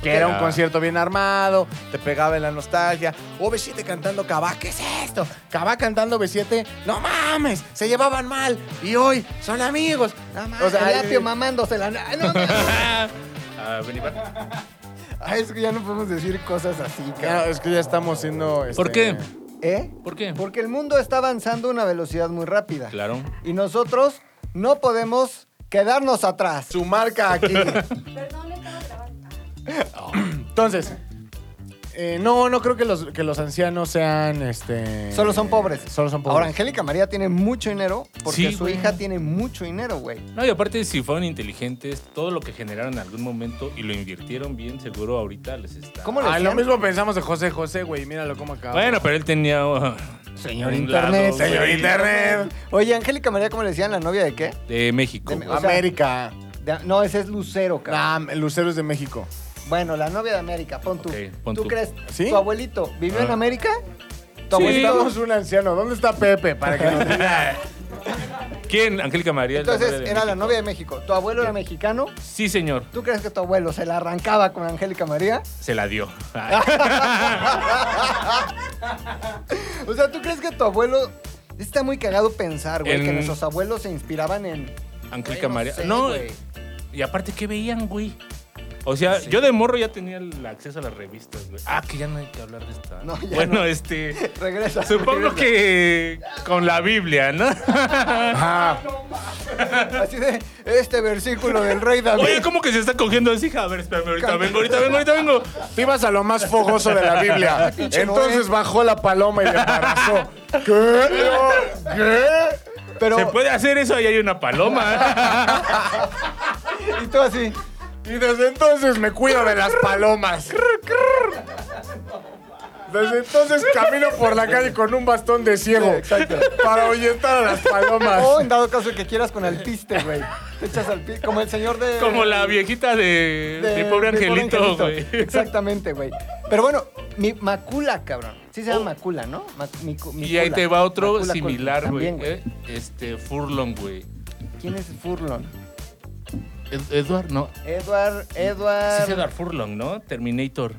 Speaker 2: Que era un
Speaker 3: Ah.
Speaker 2: concierto bien armado, te pegaba en la nostalgia. OV7 cantando Cava, ¿qué es esto? Cava cantando OV7, no mames, se llevaban mal y hoy son amigos.
Speaker 4: Nada más,
Speaker 2: O sea,
Speaker 4: el apio
Speaker 2: eh,
Speaker 4: mamándosela. No, no, no.
Speaker 3: Ah, vení, va.
Speaker 4: Este, Ay, es que ya no podemos decir cosas así,
Speaker 2: Ya,
Speaker 4: cabrón.
Speaker 2: es que ya estamos siendo. este,
Speaker 3: ¿Por qué?
Speaker 4: ¿Eh?
Speaker 3: ¿Por qué?
Speaker 4: Porque el mundo está avanzando a una velocidad muy rápida.
Speaker 3: Claro.
Speaker 4: Y nosotros no podemos quedarnos atrás.
Speaker 2: Su marca aquí. Entonces, eh, no, no creo que los, que los ancianos sean, este...
Speaker 4: Solo son pobres.
Speaker 2: Solo son pobres.
Speaker 4: Ahora, Angélica María tiene mucho dinero porque
Speaker 3: Sí,
Speaker 4: su
Speaker 3: güey.
Speaker 4: hija tiene mucho dinero, güey.
Speaker 3: No, y aparte, si fueron inteligentes, todo lo que generaron en algún momento y lo invirtieron bien, seguro ahorita les está.
Speaker 4: ¿Cómo le
Speaker 2: Ay, Ah, lo
Speaker 4: decían?
Speaker 2: mismo pensamos de José José, güey. Míralo cómo acaba.
Speaker 3: Bueno, pero él tenía. uh,
Speaker 4: Señor
Speaker 3: un
Speaker 4: Internet.
Speaker 3: lado,
Speaker 2: Señor
Speaker 3: güey,
Speaker 2: Internet.
Speaker 4: Oye, Angélica María, ¿cómo le decían? ¿La novia de qué?
Speaker 3: De México.
Speaker 4: De-
Speaker 3: güey.
Speaker 4: o sea,
Speaker 2: América.
Speaker 4: De- no, ese es Lucero, cabrón.
Speaker 2: Nah, Luceros de México.
Speaker 4: Bueno, la novia de América, pon tú.
Speaker 3: Ok, pon
Speaker 4: ¿Tú
Speaker 3: tú.
Speaker 4: crees?
Speaker 2: ¿Sí?
Speaker 4: ¿Tu abuelito vivió en
Speaker 3: Ah.
Speaker 4: América? ¿Tu
Speaker 3: Sí.
Speaker 4: abuelito?
Speaker 2: Estamos un anciano. ¿Dónde está Pepe? Para que nos diga.
Speaker 3: Ah. ¿Quién? Angélica María. la
Speaker 4: Entonces
Speaker 3: novia de
Speaker 4: era la
Speaker 3: México.
Speaker 4: novia de México. ¿Tu abuelo era mexicano?
Speaker 3: Sí, señor.
Speaker 4: ¿Tú crees que tu abuelo se la arrancaba con Angélica María?
Speaker 3: Se la dio. Ah.
Speaker 4: O sea, ¿tú crees que tu abuelo... Está muy cagado pensar, güey,
Speaker 3: En-
Speaker 4: que nuestros abuelos se inspiraban en...
Speaker 3: Angélica
Speaker 4: Güey, no
Speaker 3: María.
Speaker 4: sé,
Speaker 3: no,
Speaker 4: güey.
Speaker 3: y aparte, ¿qué veían, güey? O sea, yo de morro ya tenía el acceso a las revistas, güey. Ah, que ya no hay que hablar de esta.
Speaker 4: No, ya
Speaker 3: bueno,
Speaker 4: no.
Speaker 3: este.
Speaker 4: Regresa.
Speaker 3: Supongo
Speaker 4: regresa.
Speaker 3: que con la Biblia, ¿no?
Speaker 2: Ah,
Speaker 4: Así de, este versículo del rey David.
Speaker 3: Oye, ¿cómo que se está cogiendo así? A ver, espérame, ahorita vengo, ahorita vengo, ahorita vengo.
Speaker 2: te ibas a lo más fogoso de la Biblia.
Speaker 4: Pinche
Speaker 2: Entonces
Speaker 4: Noé.
Speaker 2: bajó la paloma y le embarazó. ¿Qué? ¿Qué?
Speaker 4: Pero,
Speaker 3: Se puede hacer eso, ahí hay una paloma.
Speaker 4: y tú así...
Speaker 2: Y desde entonces me cuido de las palomas. Desde entonces camino por la calle con un bastón de ciego. Para ahuyentar a las palomas.
Speaker 4: O "Oh, en dado caso que quieras con alpiste, güey. Te echas al pi- como el señor de...
Speaker 3: ¿eh? Como la viejita de, de pobre
Speaker 4: de
Speaker 3: angelito, güey.
Speaker 4: Angelito. Exactamente, güey. Pero bueno, mi Macula, cabrón. Sí se llama Macula, ¿no? Ma- mi- mi-
Speaker 3: Oh. Y ahí
Speaker 4: Macula.
Speaker 3: te va otro
Speaker 4: Macula Culkin
Speaker 3: similar, güey.
Speaker 4: también,
Speaker 3: eh, Este, Furlong, güey.
Speaker 4: ¿Quién es Furlon?
Speaker 3: Ed- Edward, no.
Speaker 4: Edward,
Speaker 3: Sí
Speaker 4: Edward...
Speaker 3: es Edward Furlong, ¿no? Terminator.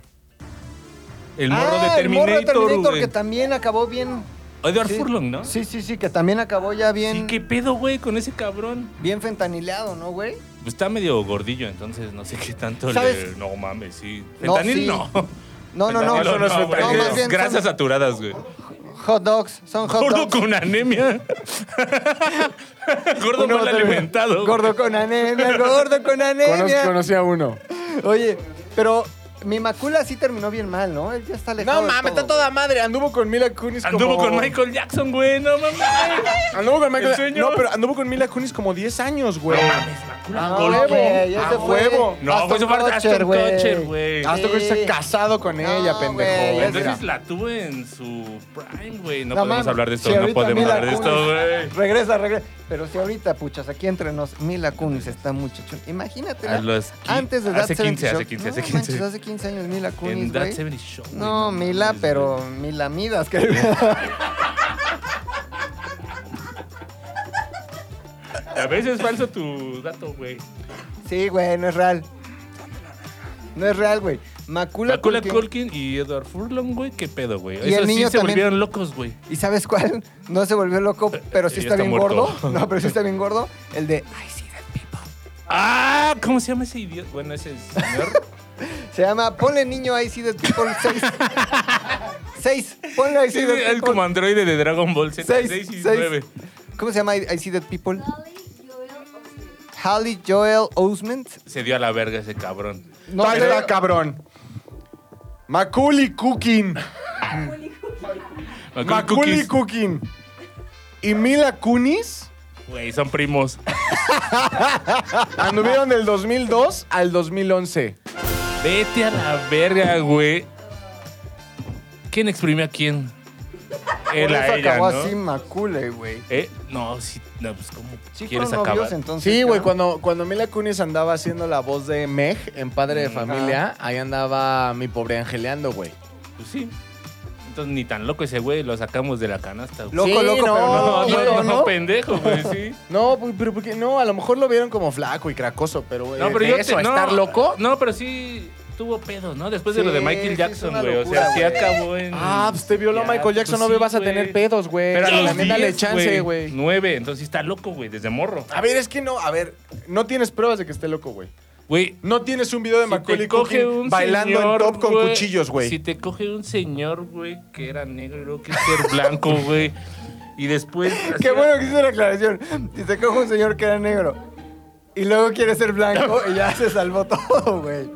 Speaker 3: El morro
Speaker 4: Ah,
Speaker 3: de
Speaker 4: el morro de
Speaker 3: Terminator,
Speaker 4: Terminator,
Speaker 3: güey.
Speaker 4: que también acabó bien.
Speaker 3: Edward
Speaker 4: Sí.
Speaker 3: Furlong, ¿no?
Speaker 4: Sí, sí, sí, que también acabó ya bien...
Speaker 3: Sí, qué pedo, güey, con ese cabrón.
Speaker 4: Bien fentanileado, ¿no, güey?
Speaker 3: Pues Está medio gordillo, entonces no sé qué tanto
Speaker 4: ¿Sabes?
Speaker 3: le... No mames, sí.
Speaker 4: No,
Speaker 3: Fentanil
Speaker 4: sí.
Speaker 3: no.
Speaker 4: No, no, no.
Speaker 2: Fentanilo
Speaker 3: Fentanil
Speaker 2: no es
Speaker 3: güey.
Speaker 2: fentanil.
Speaker 4: No, más bien
Speaker 3: Grasas
Speaker 4: son-
Speaker 3: saturadas, güey.
Speaker 4: Hot dogs, son hot
Speaker 3: Gordo
Speaker 4: dogs.
Speaker 3: con anemia. Gordo
Speaker 4: Uno
Speaker 3: mal
Speaker 4: de-
Speaker 3: alimentado.
Speaker 4: Gordo con anemia, gordo con anemia.
Speaker 2: Conoz- conocí a uno.
Speaker 4: Oye, pero mi Macula sí terminó bien mal, ¿no? Él ya está alejado
Speaker 2: No
Speaker 4: de
Speaker 2: mames,
Speaker 4: todo,
Speaker 2: está toda madre. Anduvo con Mila Kunis
Speaker 3: Anduvo
Speaker 2: como-
Speaker 3: con Michael Jackson, güey. No mames.
Speaker 4: Ah,
Speaker 2: Anduvo con Michael
Speaker 3: ¿El sueño?
Speaker 2: No, pero anduvo con Mila Kunis como 10 años, güey.
Speaker 4: güey.
Speaker 2: A
Speaker 4: No, güey,
Speaker 2: huevo.
Speaker 4: ya
Speaker 2: Ah, A
Speaker 4: se fue.
Speaker 2: huevo.
Speaker 3: No, güey,
Speaker 4: Aston
Speaker 3: eso fue
Speaker 4: Kutcher,
Speaker 3: Aston
Speaker 4: güey.
Speaker 3: Kutcher, güey.
Speaker 4: Ah,
Speaker 2: Hasta que se ha casado con
Speaker 4: No,
Speaker 2: ella,
Speaker 4: güey,
Speaker 2: pendejo.
Speaker 4: ya
Speaker 2: Mira.
Speaker 3: Pues Entonces la tuvo en su prime, güey. No,
Speaker 4: No
Speaker 3: podemos
Speaker 4: mames,
Speaker 3: hablar de esto,
Speaker 4: si
Speaker 3: no
Speaker 4: ahorita
Speaker 3: podemos
Speaker 4: Mila
Speaker 3: hablar de esto, güey.
Speaker 4: Kunis- Regresa, regresa. Pero si ahorita, puchas, aquí entre nos, Mila Kunis está muchachón. Imagínate.
Speaker 3: A los qui-
Speaker 4: Antes de That
Speaker 3: hace
Speaker 4: 70
Speaker 3: 15, hace
Speaker 4: Shock.
Speaker 3: 15, hace
Speaker 4: No
Speaker 3: 15.
Speaker 4: manches, hace 15 años Mila Kunis,
Speaker 3: En That
Speaker 4: güey.
Speaker 3: 70 Show. güey,
Speaker 4: No, Mila,
Speaker 3: mames,
Speaker 4: pero
Speaker 3: güey.
Speaker 4: Mila Midas. Que...
Speaker 3: A veces es falso tu dato, güey.
Speaker 4: sí, güey, no es real. No es real, güey. Macula,
Speaker 3: Macula
Speaker 4: Culkin.
Speaker 3: Culkin y Edward Furlong, güey. ¿Qué pedo, güey?
Speaker 4: Y el
Speaker 3: Eso sí
Speaker 4: niño
Speaker 3: se
Speaker 4: también.
Speaker 3: volvieron locos, güey.
Speaker 4: ¿Y sabes cuál? No se volvió loco, pero sí
Speaker 3: Ya
Speaker 4: está,
Speaker 3: está
Speaker 4: bien
Speaker 3: muerto.
Speaker 4: gordo. No, pero sí está bien gordo. El de I see that people.
Speaker 3: ¡Ah! ¿Cómo se llama ese idiota? Bueno, ese señor.
Speaker 4: Se llama Ponle niño I see that people 6. 6. Ponle I
Speaker 3: Sí,
Speaker 4: see that
Speaker 3: el como
Speaker 4: people.
Speaker 3: androide de Dragon Ball Z.
Speaker 4: Seis,
Speaker 3: 6 y
Speaker 4: seis.
Speaker 3: 9.
Speaker 4: ¿Cómo se llama I I see that people?
Speaker 6: Sally Joel Osment.
Speaker 4: Halle Joel Osment.
Speaker 3: Se dio a la verga ese cabrón.
Speaker 4: No
Speaker 2: Ahí
Speaker 4: sé.
Speaker 2: está, cabrón. Maculi Cooking.
Speaker 3: Macul
Speaker 2: Maculi
Speaker 3: Cookies.
Speaker 2: Cooking. Y Mila Kunis
Speaker 3: Güey, son primos.
Speaker 2: anduvieron del 2002 al 2011.
Speaker 3: Vete a la verga, güey. ¿Quién exprimió a quién? Él
Speaker 4: Por eso
Speaker 3: a ella,
Speaker 4: acabó
Speaker 3: ¿no?
Speaker 4: así Macule, güey.
Speaker 3: ¿Eh? No, sí, no, pues ¿cómo
Speaker 4: Sí,
Speaker 3: quieres
Speaker 4: fueron novios
Speaker 3: acabar?
Speaker 4: entonces.
Speaker 2: Sí, güey,
Speaker 4: ¿no?
Speaker 2: cuando, cuando Mila Kunis andaba haciendo la voz de Meg en Padre de Familia, ahí andaba mi pobre angeleando, güey.
Speaker 3: Pues sí. Entonces ni tan loco ese güey, lo sacamos de la canasta. güey.
Speaker 4: Loco,
Speaker 2: Sí,
Speaker 4: loco,
Speaker 2: no,
Speaker 4: pero no.
Speaker 3: No, no,
Speaker 2: pero
Speaker 3: no,
Speaker 2: no.
Speaker 3: pendejo, güey, sí.
Speaker 2: No, güey, pero porque no, a lo mejor lo vieron como flaco y cracoso, pero güey,
Speaker 3: No, pero
Speaker 2: de
Speaker 3: yo
Speaker 2: eso,
Speaker 3: te-
Speaker 2: a
Speaker 3: no,
Speaker 2: estar loco.
Speaker 3: No, pero sí tuvo pedo, ¿no? Después de
Speaker 4: Sí,
Speaker 3: lo de
Speaker 4: sí,
Speaker 3: Michael
Speaker 4: es
Speaker 3: Jackson,
Speaker 4: una
Speaker 3: güey. O
Speaker 4: locura,
Speaker 3: sea, sí
Speaker 4: güey.
Speaker 3: acabó en.
Speaker 2: Ah, pues te violó
Speaker 3: Ya,
Speaker 2: Michael Jackson,
Speaker 3: pues
Speaker 2: no me
Speaker 3: sí,
Speaker 2: vas a
Speaker 3: güey.
Speaker 2: tener pedos, güey.
Speaker 3: Pero a los
Speaker 2: También dale
Speaker 3: 10,
Speaker 2: chance, güey.
Speaker 3: Nueve, entonces sí está loco, güey, desde morro.
Speaker 2: A ver, es que no, a ver, no tienes pruebas de que esté loco, güey.
Speaker 3: Güey,
Speaker 2: No tienes un video de
Speaker 3: Si
Speaker 2: Macaulay
Speaker 3: te coge
Speaker 2: Culkin
Speaker 3: un
Speaker 2: bailando
Speaker 3: señor,
Speaker 2: en top con
Speaker 3: güey,
Speaker 2: cuchillos, güey.
Speaker 3: Si te coge un señor, güey, que era negro, que ser blanco, güey. Y después.
Speaker 4: Qué bueno que hizo la aclaración. Si se coge un señor que era negro y luego quiere ser blanco, y ya se salvó todo, güey.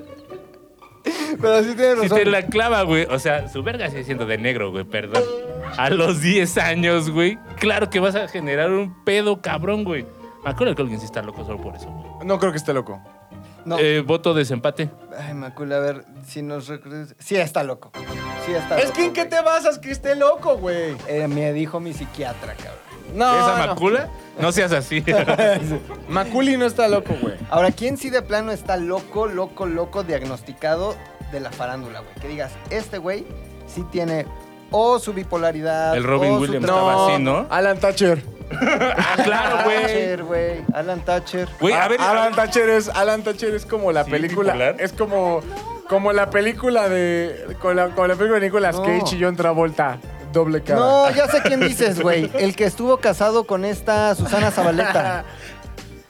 Speaker 4: Pero sí tienes
Speaker 3: Si
Speaker 4: razón.
Speaker 3: te la clava, güey. O sea, su verga sigue siendo de negro, güey, perdón. A los 10 años, güey. Claro que vas a generar un pedo cabrón, güey. Me acuerdo que alguien sí está loco solo por eso, güey.
Speaker 2: No creo que esté loco.
Speaker 4: No.
Speaker 3: Eh, voto desempate.
Speaker 4: Ay, Macula, a ver, si nos recru- Sí está loco. Sí está
Speaker 2: Es
Speaker 4: loco,
Speaker 2: que en qué
Speaker 4: güey.
Speaker 2: te basas que esté loco, güey.
Speaker 4: Eh, me dijo mi psiquiatra, cabrón.
Speaker 2: No,
Speaker 3: ¿Esa
Speaker 2: no.
Speaker 3: macula? No seas así. Ah,
Speaker 2: Maculi no está loco, güey.
Speaker 4: Ahora, ¿quién sí de plano está loco, loco, loco, diagnosticado de la farándula, güey? Que digas, este güey sí tiene o su bipolaridad.
Speaker 3: El Robin
Speaker 4: o su
Speaker 3: Williams
Speaker 4: trastorno-
Speaker 3: estaba así, ¿no?
Speaker 2: Alan Thatcher.
Speaker 3: ah, claro, güey.
Speaker 4: Thatcher, güey. Alan Thatcher.
Speaker 3: Güey, a
Speaker 2: A-
Speaker 3: ver.
Speaker 2: Alan Thatcher es Alan Thatcher es como la
Speaker 3: Sí,
Speaker 2: película,
Speaker 3: bipolar.
Speaker 2: es como como la película de con la, con la película de Nicolas
Speaker 4: No.
Speaker 2: Cage y John Travolta, doble cara.
Speaker 4: No, ya sé quién dices, güey. El que estuvo casado con esta Susana Zabaleta.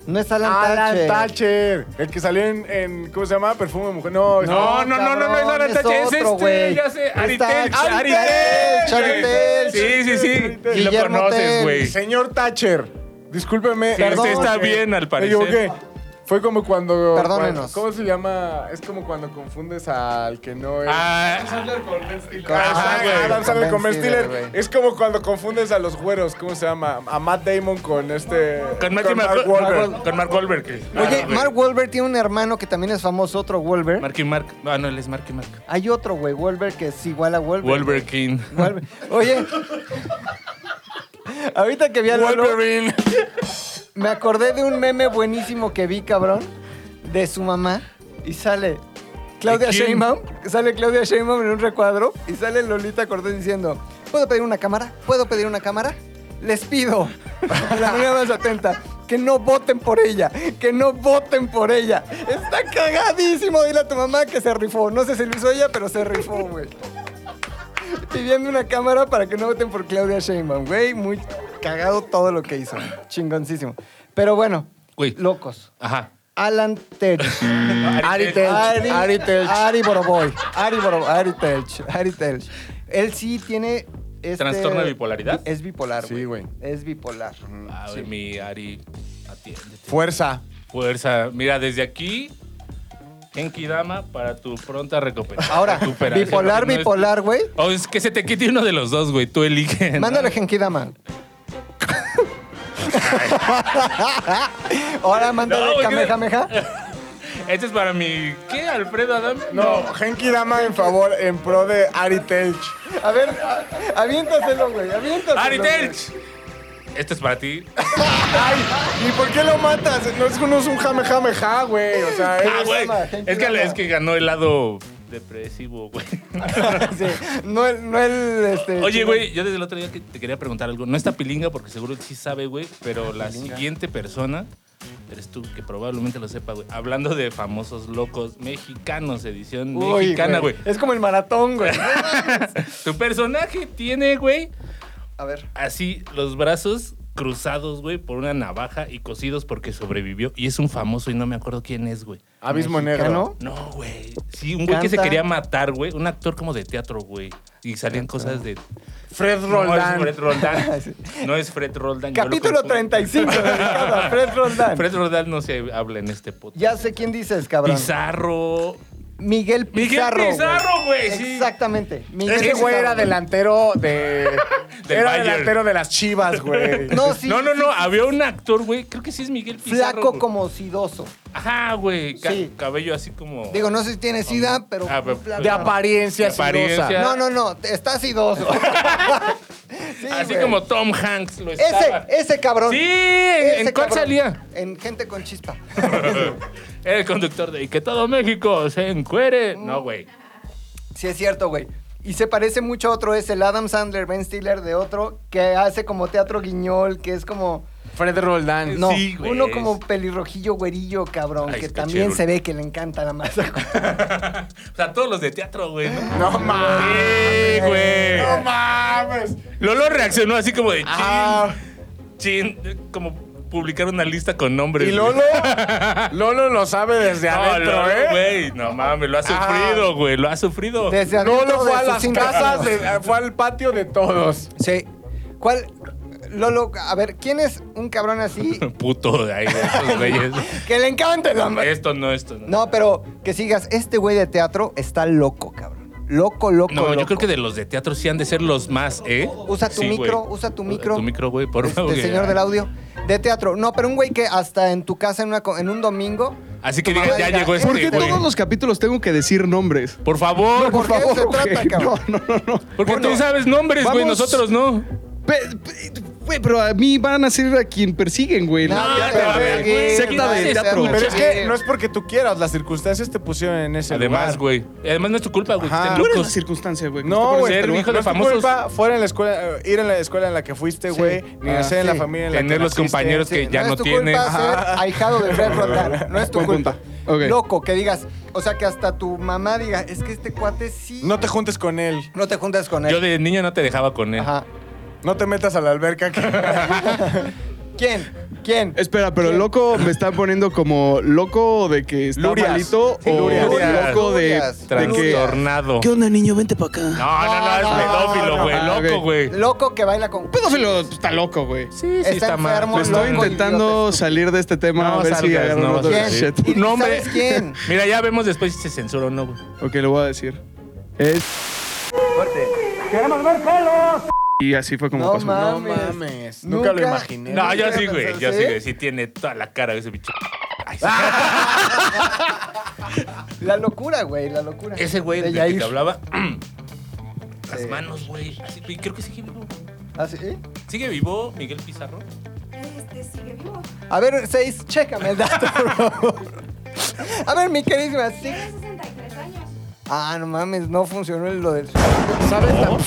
Speaker 4: No es Alan,
Speaker 2: Alan
Speaker 4: Thatcher.
Speaker 2: Thatcher, el que salió en, en- ¿cómo se llama? Perfume de mujer. No,
Speaker 3: No, no, no, no, no es Alan
Speaker 4: cabrón,
Speaker 3: Thatcher,
Speaker 4: es
Speaker 3: es
Speaker 4: otro,
Speaker 3: este,
Speaker 4: güey.
Speaker 3: ya sé,
Speaker 4: Está
Speaker 3: Aritel,
Speaker 4: Char-
Speaker 3: Aritel,
Speaker 4: Charitel,
Speaker 3: Sí, sí, sí.
Speaker 2: Charitel.
Speaker 3: Y lo
Speaker 4: Guillermo
Speaker 3: conoces,
Speaker 4: Tell.
Speaker 3: güey.
Speaker 2: Señor Thatcher, discúlpeme.
Speaker 3: Sí, usted está
Speaker 2: eh,
Speaker 3: bien, al
Speaker 2: me
Speaker 3: parecer.
Speaker 2: equivoqué. Fue como cuando.
Speaker 4: Perdónenos.
Speaker 2: cuando- ¿Cómo se llama? Es como cuando confundes al que no es.
Speaker 3: Ah,
Speaker 2: Ah,
Speaker 3: Ajá, güey.
Speaker 2: Adam Sandler con Ben Stiller.
Speaker 4: güey.
Speaker 2: Es como cuando confundes a los güeros, ¿cómo se llama? A Matt Damon con este.
Speaker 3: con Matthew
Speaker 2: Mark
Speaker 3: Mark
Speaker 2: Wahlberg.
Speaker 3: Wahlberg. Con Mark Wahlberg.
Speaker 4: Oye,
Speaker 3: Claro, Ah, güey.
Speaker 4: Mark Wahlberg tiene un hermano que también es famoso, otro Wahlberg.
Speaker 3: Mark y Mark. Ah, no, él es Mark y Mark.
Speaker 4: Hay otro, güey, Wahlberg que es igual a Wahlberg.
Speaker 3: Wahlberg King.
Speaker 4: Wahlberg. Oye. Ahorita que vi a Lolo,
Speaker 2: Wolverine.
Speaker 4: me acordé de un meme buenísimo que vi, cabrón, de su mamá. Y sale Claudia
Speaker 3: ¿De quién?
Speaker 4: Sheinbaum. Sale Claudia Sheinbaum en un recuadro. Y sale Lolita Cortés diciendo, ¿puedo pedir una cámara? ¿Puedo pedir una cámara? Les pido, a la manera más atenta, que no voten por ella. Que no voten por ella. Está cagadísimo. Dile a tu mamá que se rifó. No sé si lo hizo ella, pero se rifó, güey. Pidiendo una cámara para que no voten por Claudia Sheinbaum, güey. Muy cagado todo lo que hizo. Chingoncísimo. Pero bueno,
Speaker 3: Güey.
Speaker 4: locos.
Speaker 3: Ajá.
Speaker 4: Alan Telch.
Speaker 2: Ari Telch.
Speaker 4: Ari,
Speaker 2: Ari Telch.
Speaker 4: Ari Boroboy. Ari Boroboy. Ari Telch. Ari Telch. Él sí tiene... este-
Speaker 3: ¿Trastorno de bipolaridad?
Speaker 4: Es bipolar,
Speaker 2: Sí,
Speaker 4: güey.
Speaker 2: güey.
Speaker 4: Es bipolar.
Speaker 3: A ver, mi Ari, atiéndete.
Speaker 2: Fuerza.
Speaker 3: Fuerza. Mira, desde aquí en Kidama para tu pronta recompensa.
Speaker 4: Ahora,
Speaker 3: Recuperación,
Speaker 4: bipolar,
Speaker 3: porque no es-
Speaker 4: bipolar, güey.
Speaker 3: O es que se te quite uno de los dos, güey. Tú eliges. ¿no?
Speaker 4: Mándale Genkidama. Ahora
Speaker 3: No,
Speaker 4: mándale
Speaker 3: güey,
Speaker 4: Kamehameha.
Speaker 3: Este es para mi. ¿Qué? ¿Alfredo Adame?
Speaker 2: No, Genki Dama en favor, en pro de Ari Telch.
Speaker 4: A ver, a- aviéntaselo, güey. Aviéntaselo.
Speaker 3: ¡Ari
Speaker 4: güey.
Speaker 3: Telch! Este es para ti.
Speaker 2: Ay, ¿y por qué lo matas? No es uno es un jame jame ja, güey. O sea,
Speaker 3: Ah,
Speaker 2: es...
Speaker 3: güey.
Speaker 4: Genkidama, Genkidama.
Speaker 3: Es que, es que ganó el lado depresivo, güey.
Speaker 4: Sí, No el, no el, este.
Speaker 3: Oye,
Speaker 4: chino.
Speaker 3: güey, yo desde el otro día que te quería preguntar algo. No está pilinga porque seguro sí sabe, güey, pero la siguiente persona eres tú que probablemente lo sepa, güey. Hablando de famosos locos mexicanos, edición
Speaker 4: Uy,
Speaker 3: mexicana, güey.
Speaker 4: Es como el maratón, güey.
Speaker 3: Tu personaje tiene, güey,
Speaker 4: A ver.
Speaker 3: así los brazos cruzados, güey, por una navaja y cosidos porque sobrevivió. Y es un famoso y no me acuerdo quién es, güey.
Speaker 2: Abismo negro.
Speaker 4: ¿Mexicano?
Speaker 3: No, güey. Sí, un güey que se
Speaker 4: Canta.
Speaker 3: quería matar, güey. Un actor como de teatro, güey. Y salían cosas de...
Speaker 2: Fred
Speaker 3: No es
Speaker 2: Roldán.
Speaker 3: Fred Roldán. No es Fred Roldán. yo lo
Speaker 4: Capítulo
Speaker 3: confundo.
Speaker 4: 35 dedicado a Fred Roldán.
Speaker 3: Fred Roldán no se habla en este podcast.
Speaker 4: Ya sé quién dices, cabrón.
Speaker 3: Pizarro.
Speaker 4: Miguel
Speaker 3: Miguel
Speaker 4: Pizarro.
Speaker 3: Pizarro, güey, sí.
Speaker 4: Exactamente. Miguel
Speaker 2: Ese güey
Speaker 4: Pizarro.
Speaker 2: era delantero de...
Speaker 3: Del
Speaker 2: era
Speaker 3: Bayern.
Speaker 2: delantero de las chivas, güey.
Speaker 4: No, sí.
Speaker 3: no, no,
Speaker 4: sí,
Speaker 3: no. Había un actor, güey. Creo que sí es Miguel Pizarro.
Speaker 4: Flaco
Speaker 3: güey.
Speaker 4: como sidoso.
Speaker 3: Ajá, güey. ca-
Speaker 4: Sí.
Speaker 3: Cabello así como...
Speaker 4: Digo, no sé si tiene sida, pero.
Speaker 3: Ah, pero-
Speaker 4: flaco.
Speaker 2: De apariencia,
Speaker 3: De apariencia.
Speaker 2: sidosa.
Speaker 4: No, no, no. Está sidoso. Sí,
Speaker 3: así
Speaker 4: güey.
Speaker 3: como Tom Hanks lo
Speaker 4: Ese,
Speaker 3: estaba.
Speaker 4: ese cabrón.
Speaker 3: Sí, ¿en
Speaker 4: Ese
Speaker 3: cuál
Speaker 4: cabrón.
Speaker 3: salía?
Speaker 4: En Gente con Chispa.
Speaker 3: Era el conductor de... Y que todo México se encuere. No, güey.
Speaker 4: Sí, es cierto, güey. Y se parece mucho a otro, es el Adam Sandler, Ben Stiller de otro, que hace como teatro guiñol, que es como.
Speaker 2: Fred Roldán.
Speaker 4: No,
Speaker 3: Sí, güey.
Speaker 4: uno como pelirrojillo, güerillo, cabrón,
Speaker 3: Ay,
Speaker 4: que
Speaker 3: es
Speaker 4: también
Speaker 3: cachero.
Speaker 4: se ve que le encanta la masa.
Speaker 3: o sea, todos los de teatro, güey. No,
Speaker 2: No mames.
Speaker 3: Sí, güey.
Speaker 2: No mames.
Speaker 3: Lolo reaccionó así como de chin,
Speaker 2: Ah.
Speaker 3: chin, como publicar una lista con nombres.
Speaker 2: Y
Speaker 3: güey.
Speaker 2: Lolo, Lolo lo sabe desde
Speaker 3: No,
Speaker 2: adentro,
Speaker 3: Lolo,
Speaker 2: ¿eh?
Speaker 3: güey, no mames, lo ha
Speaker 2: Ah.
Speaker 3: sufrido, güey, lo ha sufrido.
Speaker 4: Desde adentro
Speaker 2: Lolo
Speaker 4: de
Speaker 2: fue a
Speaker 4: sus
Speaker 2: las
Speaker 4: cinco
Speaker 2: casas,
Speaker 4: años.
Speaker 2: de- eh, fue al patio de todos.
Speaker 4: Sí. ¿Cuál? Lolo, a ver, ¿quién es un cabrón así
Speaker 3: Puto de ahí, de esos güeyes.
Speaker 4: que le encanta la masa?
Speaker 3: Esto no, esto no.
Speaker 4: No, pero que sigas, este güey de teatro está loco, cabrón. Loco, loco,
Speaker 3: No,
Speaker 4: loco.
Speaker 3: yo creo que de los de teatro sí han de ser los más, ¿eh?
Speaker 4: Usa tu
Speaker 3: Sí, güey.
Speaker 4: micro, usa tu micro.
Speaker 3: Tu micro, güey, por
Speaker 4: Este,
Speaker 3: favor. güey.
Speaker 4: señor del audio. De teatro. No, pero un güey que hasta en tu casa en, una co- en un domingo.
Speaker 3: Así que
Speaker 4: Tu
Speaker 3: digas,
Speaker 4: mamá
Speaker 3: ya
Speaker 4: diga,
Speaker 3: llegó
Speaker 7: ¿Por
Speaker 3: este,
Speaker 7: qué
Speaker 3: güey.
Speaker 7: todos los capítulos tengo que decir nombres?
Speaker 3: Por favor,
Speaker 4: ¿Por, qué
Speaker 7: favor,
Speaker 4: se trata,
Speaker 7: güey.
Speaker 4: cabrón?
Speaker 7: No, no, no.
Speaker 3: porque tú
Speaker 7: Bueno,
Speaker 3: sabes nombres, güey,
Speaker 7: vamos.
Speaker 3: nosotros no.
Speaker 7: pe- pe- Güey, pero a mí van a ser a quien persiguen, güey.
Speaker 4: No,
Speaker 7: La-
Speaker 4: ya te
Speaker 7: la-
Speaker 4: vergué,
Speaker 7: Secta
Speaker 4: güey.
Speaker 7: de teatro.
Speaker 4: Sí.
Speaker 2: Pero es que no es porque tú quieras, las circunstancias te pusieron en ese
Speaker 3: Además,
Speaker 2: lugar.
Speaker 3: güey. Además no es tu culpa, güey, que
Speaker 2: Ajá.
Speaker 3: estén
Speaker 7: Tú eres la
Speaker 3: locos.
Speaker 7: circunstancia, güey. que te
Speaker 2: No,
Speaker 7: pones
Speaker 2: güey,
Speaker 7: a
Speaker 3: ser
Speaker 7: trabajar.
Speaker 3: hijo de
Speaker 2: no es tu
Speaker 3: famosos.
Speaker 2: culpa fuera en la escuela, eh, ir en la escuela en la que fuiste,
Speaker 7: Sí.
Speaker 2: güey, ni
Speaker 7: Ah,
Speaker 2: nacer en la
Speaker 7: sí.
Speaker 2: familia en la
Speaker 3: Tener
Speaker 2: que
Speaker 3: los
Speaker 2: naciste.
Speaker 3: compañeros que
Speaker 2: Sí.
Speaker 3: ya
Speaker 4: no
Speaker 3: no
Speaker 4: es tu
Speaker 3: tienes.
Speaker 4: culpa ser ahijado de Fred Roldán. No es tu
Speaker 7: Buen
Speaker 4: culpa.
Speaker 7: punto. Ok.
Speaker 4: Loco, que digas. O sea, que hasta tu mamá diga, es que este cuate sí.
Speaker 2: No te juntes con él,
Speaker 4: no te juntas con él.
Speaker 3: Yo de niño no te dejaba con él.
Speaker 4: Ajá.
Speaker 2: no te metas a la alberca. que-
Speaker 4: ¿Quién? ¿Quién?
Speaker 7: Espera, pero el loco me está poniendo como loco de que está
Speaker 2: Lurias.
Speaker 7: malito
Speaker 2: Sí,
Speaker 7: o
Speaker 2: Lurias.
Speaker 7: loco de,
Speaker 4: Lurias.
Speaker 7: de que...
Speaker 3: Trastornado.
Speaker 7: onda, niño? Vente para acá.
Speaker 3: No, no, no, es
Speaker 4: No, Ah,
Speaker 3: pedófilo,
Speaker 2: no,
Speaker 3: güey.
Speaker 7: no.
Speaker 3: Loco, güey.
Speaker 4: Loco que baila con.
Speaker 7: Pedófilo está loco, güey.
Speaker 3: Sí,
Speaker 4: Está enfermo,
Speaker 7: Me estoy
Speaker 4: loco,
Speaker 7: intentando
Speaker 4: idiota.
Speaker 7: salir de este tema
Speaker 3: No
Speaker 7: a ver si
Speaker 3: salgas,
Speaker 7: agarro
Speaker 3: no
Speaker 7: otro
Speaker 3: vas a
Speaker 4: ¿Quién?
Speaker 7: shit.
Speaker 4: ¿Y
Speaker 3: No, hombre.
Speaker 4: ¿Sabes quién?
Speaker 3: Mira, ya vemos después si se censura o no, güey.
Speaker 7: Ok, lo voy a decir. Es... Y así fue como
Speaker 4: No
Speaker 7: pasó.
Speaker 4: mames.
Speaker 2: No mames, nunca, lo
Speaker 4: Nunca-
Speaker 2: imaginé.
Speaker 3: No,
Speaker 4: ¿Nunca
Speaker 3: yo sí,
Speaker 4: lo
Speaker 3: güey. Yo
Speaker 4: pensaste?
Speaker 3: sí, güey. Sí tiene toda la cara de ese bicho. Ay, sí.
Speaker 4: La locura, güey, la locura.
Speaker 3: Ese güey
Speaker 4: de
Speaker 3: del que
Speaker 4: Yair.
Speaker 3: te hablaba. Las manos, güey. Así, güey, Creo que sigue vivo.
Speaker 4: ¿Ah, sí?
Speaker 3: ¿Sigue vivo Miguel Pizarro?
Speaker 5: Ah,
Speaker 6: Este sigue vivo.
Speaker 4: A ver, seis, chécame el dato, bro. A ver, mi queridísima, sí.
Speaker 6: Tiene 63 años.
Speaker 4: Ah, no mames, no funcionó lo del.
Speaker 2: ¿Sabes, tam-